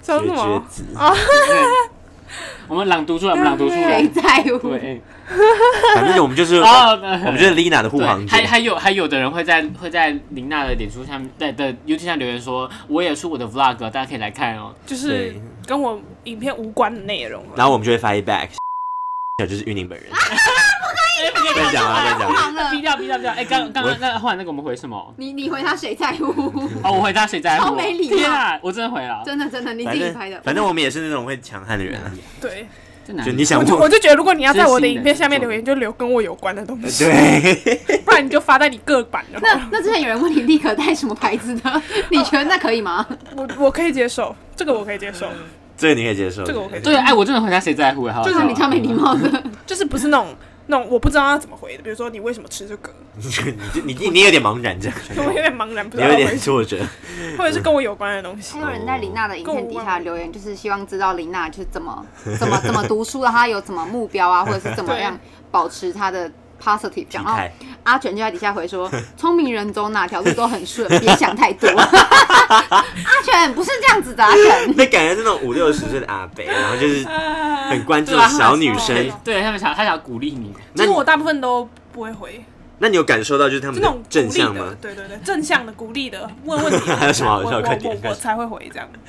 Speaker 4: 像
Speaker 2: 绝
Speaker 4: 什
Speaker 2: 绝
Speaker 4: 么？
Speaker 2: 子，
Speaker 1: 我们朗读出来，我们朗读出来
Speaker 3: 谁。在乎？
Speaker 1: 对，
Speaker 2: 反正我们 就是，我
Speaker 1: 哦，我
Speaker 2: 们就是 Lina 的护航者
Speaker 1: 还。还有还有的人会在会在林娜的脸书上面在的 YouTube 上留言说，我也出我的 Vlog，大家可以来看哦。
Speaker 4: 就是
Speaker 2: 对
Speaker 4: 跟我影片无关的内容啊了。
Speaker 2: 然后我们就会发 back，就是玉宁本人。
Speaker 1: 哎，不可以
Speaker 2: 不要讲啊不要讲啊
Speaker 3: 忘了
Speaker 1: 逼掉逼掉逼掉！哎，刚刚
Speaker 2: 我
Speaker 1: 刚那换那个我们回什么？
Speaker 3: 你你回他谁在乎？
Speaker 1: 哦，我回答谁在乎？
Speaker 3: 超没礼貌
Speaker 1: 天啊，我真的回了。
Speaker 3: 真的真的，你自
Speaker 2: 反
Speaker 3: 己
Speaker 2: 正
Speaker 3: 拍的。
Speaker 2: 反正我们也是那种会强悍的人啊，
Speaker 4: 对，
Speaker 1: 在哪里
Speaker 2: 就你想
Speaker 4: 嗯我就
Speaker 2: 问
Speaker 4: 我，就觉得，如果你要在我
Speaker 1: 知
Speaker 4: 的
Speaker 1: 心的
Speaker 4: 影片下面留言，就留跟我有关的东 西，
Speaker 2: 对，
Speaker 4: 不然你就发在你个版的。
Speaker 3: 那那之前有人问你立可带什么牌子的， 你觉得那可以吗？
Speaker 4: 我我可以接受，这个我可以接受，
Speaker 2: 这个你可以接受，
Speaker 4: 这个我可以接
Speaker 1: 对，哎，我真的回答谁在乎？好好
Speaker 3: 就
Speaker 1: 笑
Speaker 3: 是你超没礼貌的，
Speaker 4: 就是不是那种那种我不知道要怎么回的，比如说你为什么吃这个，
Speaker 2: 你你你有点茫然这样，
Speaker 4: 我有点茫然，不
Speaker 2: 你
Speaker 4: 知道
Speaker 2: 有
Speaker 4: 要
Speaker 2: 点
Speaker 4: 回什
Speaker 2: 挫折，
Speaker 4: 么，或者是跟我有关的东西
Speaker 3: 还。有人在林娜的影片底下留言，就是希望知道林娜就是怎么 怎么怎么读书的，她有什么目标啊，或者是怎么 样保持她的 positive 这
Speaker 2: 体
Speaker 4: 哦
Speaker 3: 样。然后
Speaker 2: 态。
Speaker 3: 阿全就在底下回说：“ 聪明人走哪条路都很顺，别想太 多。”阿全不是这样子的，阿全。
Speaker 2: 那感觉是那种五六十岁的阿伯，然后就是很关注
Speaker 1: 对啊
Speaker 2: 小女生。
Speaker 1: 对 对他们想他想鼓励你，
Speaker 4: 其
Speaker 2: 那
Speaker 4: 实
Speaker 2: 你
Speaker 4: 我大部分都不会回，
Speaker 2: 那你有感受到就是他
Speaker 4: 就
Speaker 2: 们
Speaker 4: 那
Speaker 2: 的
Speaker 4: 种
Speaker 2: 正向
Speaker 4: 鼓励的
Speaker 2: 吗？
Speaker 4: 对对对，正向的、鼓励的，问问题的
Speaker 2: 还有什么好笑
Speaker 4: 我
Speaker 2: 快点
Speaker 4: 我我我才会回 这样。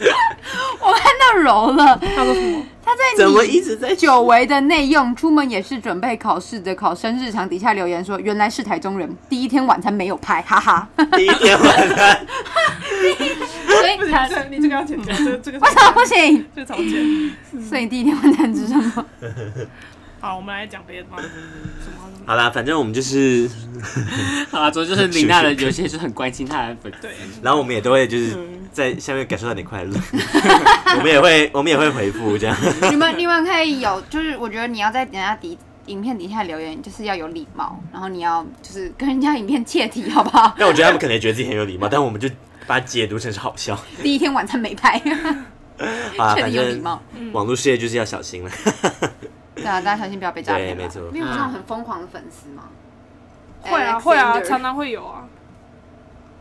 Speaker 3: 我看到柔了，
Speaker 4: 他说什么？
Speaker 3: 他在
Speaker 2: 怎么
Speaker 3: 你
Speaker 2: 一直在
Speaker 3: 久违的内用，出门也是准备考试的考生日常底下留言说：“原来是台中人，第一天晚餐没有拍，哈哈。
Speaker 2: 第一天啊晚上？
Speaker 3: 所 以
Speaker 4: 不行，
Speaker 3: 他
Speaker 4: 这你这个要剪 掉，这个这个
Speaker 3: 为什么不行？
Speaker 4: 这个重剪。
Speaker 3: 所以第一天晚餐吃什么？
Speaker 4: 好，我们来讲别的吗？什么？啊
Speaker 2: 好啦，反正我们就是，
Speaker 1: 好啊，主要就是 林娜的有些是很关心她的粉丝，
Speaker 4: 对，
Speaker 2: 然后我们也都会就是在下面感受到你的快乐， 我们也会我们也会回复这样。
Speaker 3: 你们你们可以有，就是我觉得你要在人家底影片底下留言，就是要有礼貌，然后你要就是跟人家影片切题，好不好？
Speaker 2: 但我觉得他们可能也觉得自己很有礼貌，但我们就把它解读成是好笑。
Speaker 3: 第一天晚餐没 拍，
Speaker 2: 好啦，
Speaker 3: 确
Speaker 2: 反
Speaker 3: 定有礼
Speaker 2: 正
Speaker 3: 貌。
Speaker 2: 网络事业就是要小心了。
Speaker 3: 对啊，大家小心不要被诈骗
Speaker 2: 对
Speaker 3: 了。
Speaker 2: 没错
Speaker 3: 你有那种很疯狂的粉丝吗？
Speaker 4: 会啊会啊，
Speaker 3: Alexander
Speaker 4: 常常会有啊。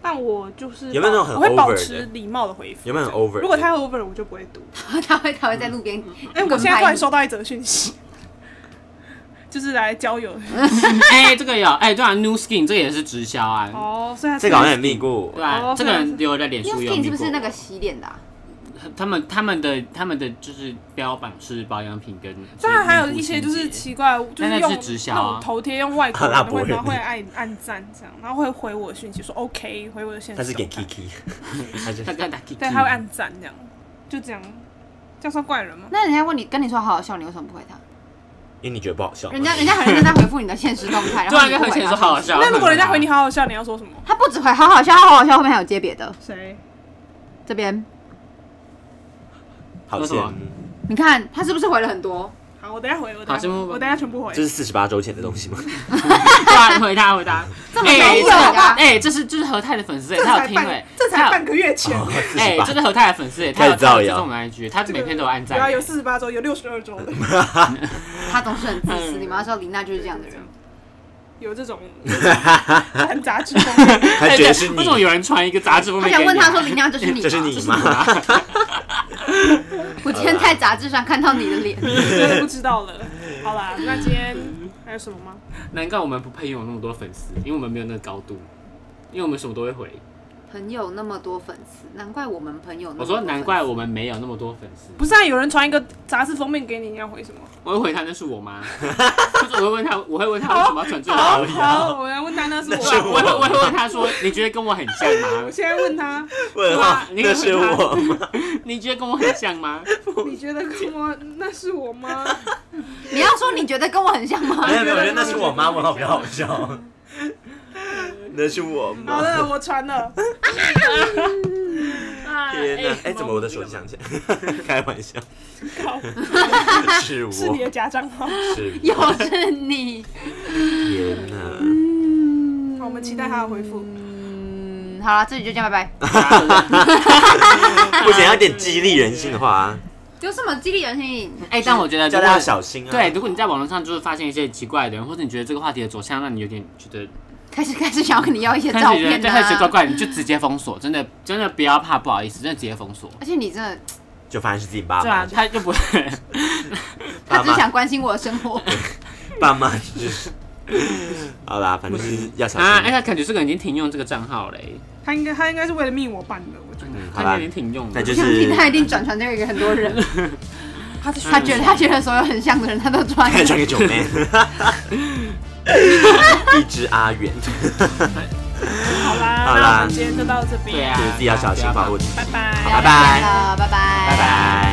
Speaker 4: 但我就是
Speaker 2: 有没有那种很
Speaker 4: 我会保
Speaker 2: over
Speaker 4: 持
Speaker 2: 的
Speaker 4: 礼貌的回复？
Speaker 2: 有没有很 over 的
Speaker 4: 如果太 over，我就不会读。
Speaker 3: 他会他会在路边，
Speaker 4: 哎，我现在突然收到一则讯息， 就是来交友的
Speaker 1: 哎，这个有，哎，对啊，New Skin 这个也是直销啊，
Speaker 4: 哦，所以他
Speaker 2: 这个好像也密过
Speaker 1: 对，啊
Speaker 4: 哦，
Speaker 1: 这个人有在脸
Speaker 3: New
Speaker 1: 书有
Speaker 3: Skin
Speaker 1: 密
Speaker 3: 是不是
Speaker 1: 过
Speaker 3: 那个洗脸的、啊？
Speaker 1: 他们他们的他们的就是标榜是保养品跟，
Speaker 4: 当啊然还有一些就是奇怪，就
Speaker 1: 但那
Speaker 4: 是
Speaker 1: 是
Speaker 4: 用
Speaker 1: 直销
Speaker 4: 那
Speaker 1: 啊
Speaker 4: 种头贴用 外国
Speaker 2: 阿拉
Speaker 4: 人
Speaker 2: 伯
Speaker 4: 会，
Speaker 2: 人
Speaker 4: 然后会按按赞这样，然后会回我讯 息说 OK，回我的现
Speaker 2: 他
Speaker 4: 实
Speaker 2: 是
Speaker 4: 动
Speaker 2: 给
Speaker 4: 态。
Speaker 2: Kiki，他是
Speaker 1: 他跟打 Kiki，
Speaker 4: 对，他会按赞这样，就这样，这样算怪人
Speaker 1: 嗯
Speaker 4: 吗？
Speaker 3: 那人家问你跟你说好好笑，你为什么不回他？
Speaker 2: 因为你觉得不好笑吗，
Speaker 3: 人家人家很认真在回复你的现实动态，然
Speaker 1: 突
Speaker 3: 后
Speaker 1: 然啊
Speaker 3: 你
Speaker 1: 跟
Speaker 3: 不
Speaker 1: 何
Speaker 3: 回
Speaker 1: 倩
Speaker 3: 他
Speaker 1: 说好好，笑，
Speaker 4: 那如果人家回你好好笑，你要说什么？
Speaker 3: 他不只回好好笑，好好笑，后面还有接别的。
Speaker 4: 谁？
Speaker 3: 这边
Speaker 2: 好
Speaker 1: 说什么
Speaker 2: 像
Speaker 3: 你看他是不是回了很多？
Speaker 4: 好，我等一下回，我等一
Speaker 1: 好
Speaker 4: 下
Speaker 1: 先
Speaker 4: 回
Speaker 1: 不
Speaker 4: 我等一下全部回
Speaker 2: 这。是四十八周前的东西吗？
Speaker 1: 突然啊回他回 他，
Speaker 3: 这么
Speaker 1: 哎
Speaker 3: 没
Speaker 1: 这
Speaker 3: 有啊吧？
Speaker 1: 哎，这是这是何泰的粉丝哎，
Speaker 4: 啊这
Speaker 1: 他有
Speaker 4: 才
Speaker 1: 听
Speaker 4: 半
Speaker 1: 哎，，
Speaker 4: 这
Speaker 1: 他
Speaker 4: 才
Speaker 1: 有
Speaker 4: 半个月前。
Speaker 2: 哦，四
Speaker 1: 哎
Speaker 2: 十，八
Speaker 1: 这。是何泰的粉丝哎，他有
Speaker 2: 太造
Speaker 1: 他有追
Speaker 2: 谣
Speaker 1: 踪我们 IG，他每天都有按
Speaker 4: 有啊，
Speaker 1: 赞哎
Speaker 4: 有，四十八周，有六十二 周的，
Speaker 3: 他总是很自私。你们要知道，林娜就是这样的人。
Speaker 4: 有这种很杂志 风格。
Speaker 2: 他觉得是你
Speaker 1: 哎为什，么有人传一个杂志封
Speaker 3: 我
Speaker 1: 面？啊
Speaker 3: 想问他说：“林娜，这是你吗？
Speaker 2: 这是 你吗？
Speaker 3: 我今天在杂志上看到你的脸，
Speaker 4: 我也不知道了。好啦，那今天还有什么吗？
Speaker 1: 难怪我们不配拥有那么多粉丝，因为我们没有那个高度，因为我们什么都会回。
Speaker 3: 朋友那么多粉丝，难怪我们朋友那么
Speaker 1: 我
Speaker 3: 多
Speaker 1: 说
Speaker 3: 粉丝。
Speaker 1: 难怪我们没有那么多粉 丝，
Speaker 4: 不是啊，有人传一个杂志封面给你，你要 回什么？
Speaker 1: 我会回他那是我妈，就是我会问他，我会问他为什么要转 这
Speaker 4: 好
Speaker 1: 个。
Speaker 4: 好，我来问丹丹是
Speaker 2: 那是
Speaker 1: 我会
Speaker 4: 我。
Speaker 1: 我会问他说，你觉得跟我很像吗
Speaker 4: 我？现在问他，
Speaker 2: 问
Speaker 1: 哇
Speaker 2: 话
Speaker 1: 你有
Speaker 2: 那 是我吗？
Speaker 1: 你觉得跟我很像吗？
Speaker 4: 你觉得跟我那是 我吗？
Speaker 3: 你要说你觉得跟我很像吗？
Speaker 2: 没有没有，我觉得那是我妈，问号比较 好笑。那是我
Speaker 4: 好
Speaker 2: 吗？
Speaker 4: 了，我传 了。哎
Speaker 2: 天哪！哎，怎么我的手机响起来？ 开玩 笑，是我，
Speaker 4: 是你的假账号。
Speaker 2: 是啊
Speaker 3: 又
Speaker 2: 我
Speaker 3: 是你。
Speaker 2: 天
Speaker 1: 嗯
Speaker 2: 哪！
Speaker 4: 好，我们期待他的回复。
Speaker 3: 嗯，好了，这里就这样，拜拜。
Speaker 1: 嗯
Speaker 2: 不想要点激励人心的话啊，
Speaker 3: 有什么激励人性？
Speaker 1: 哎、但我觉得
Speaker 2: 叫
Speaker 1: 如
Speaker 2: 大家
Speaker 1: 果
Speaker 2: 小心啊！
Speaker 1: 对，，如果你在网络上就是发现一些奇怪的人，或者你觉得这个话题的走向让你有点觉得
Speaker 3: 开始开始想要跟你要一些
Speaker 1: 开
Speaker 3: 照
Speaker 1: 始觉得
Speaker 3: 片
Speaker 1: 对
Speaker 3: 啊
Speaker 1: 开始觉得怪怪，你就直接封锁，真的真的不要怕，不好意思，真的直接封锁。
Speaker 3: 而且你真的，
Speaker 2: 就发现是自己爸
Speaker 1: 对啊，
Speaker 2: 妈，
Speaker 1: 他就不会。
Speaker 3: 他
Speaker 2: 爸
Speaker 3: 只
Speaker 2: 妈
Speaker 3: 是想关心我的生活。
Speaker 2: 爸妈就是，好啦，反正就是要小心。
Speaker 1: 啊，哎、他感觉这个人已经停用这个账号嘞，
Speaker 4: 他应该他应该是为了命我办的，我觉得。
Speaker 2: 嗯，好
Speaker 1: 他
Speaker 2: 啦
Speaker 1: 已，经停用了。
Speaker 2: 那就
Speaker 3: 我
Speaker 2: 是
Speaker 3: 相信他一定转传这个给很多人，
Speaker 4: 他是
Speaker 3: 他觉得他觉得所有很像的人他都转。
Speaker 2: 可以传给 九妹。一只阿 远，
Speaker 4: 好啦，
Speaker 2: 嗯好啦
Speaker 4: 那我们今天就到这边，
Speaker 1: 对啊，
Speaker 2: 自己要小心保护自己。
Speaker 4: 拜拜。
Speaker 2: 好拜拜
Speaker 3: 不要再见了拜拜
Speaker 2: 拜拜。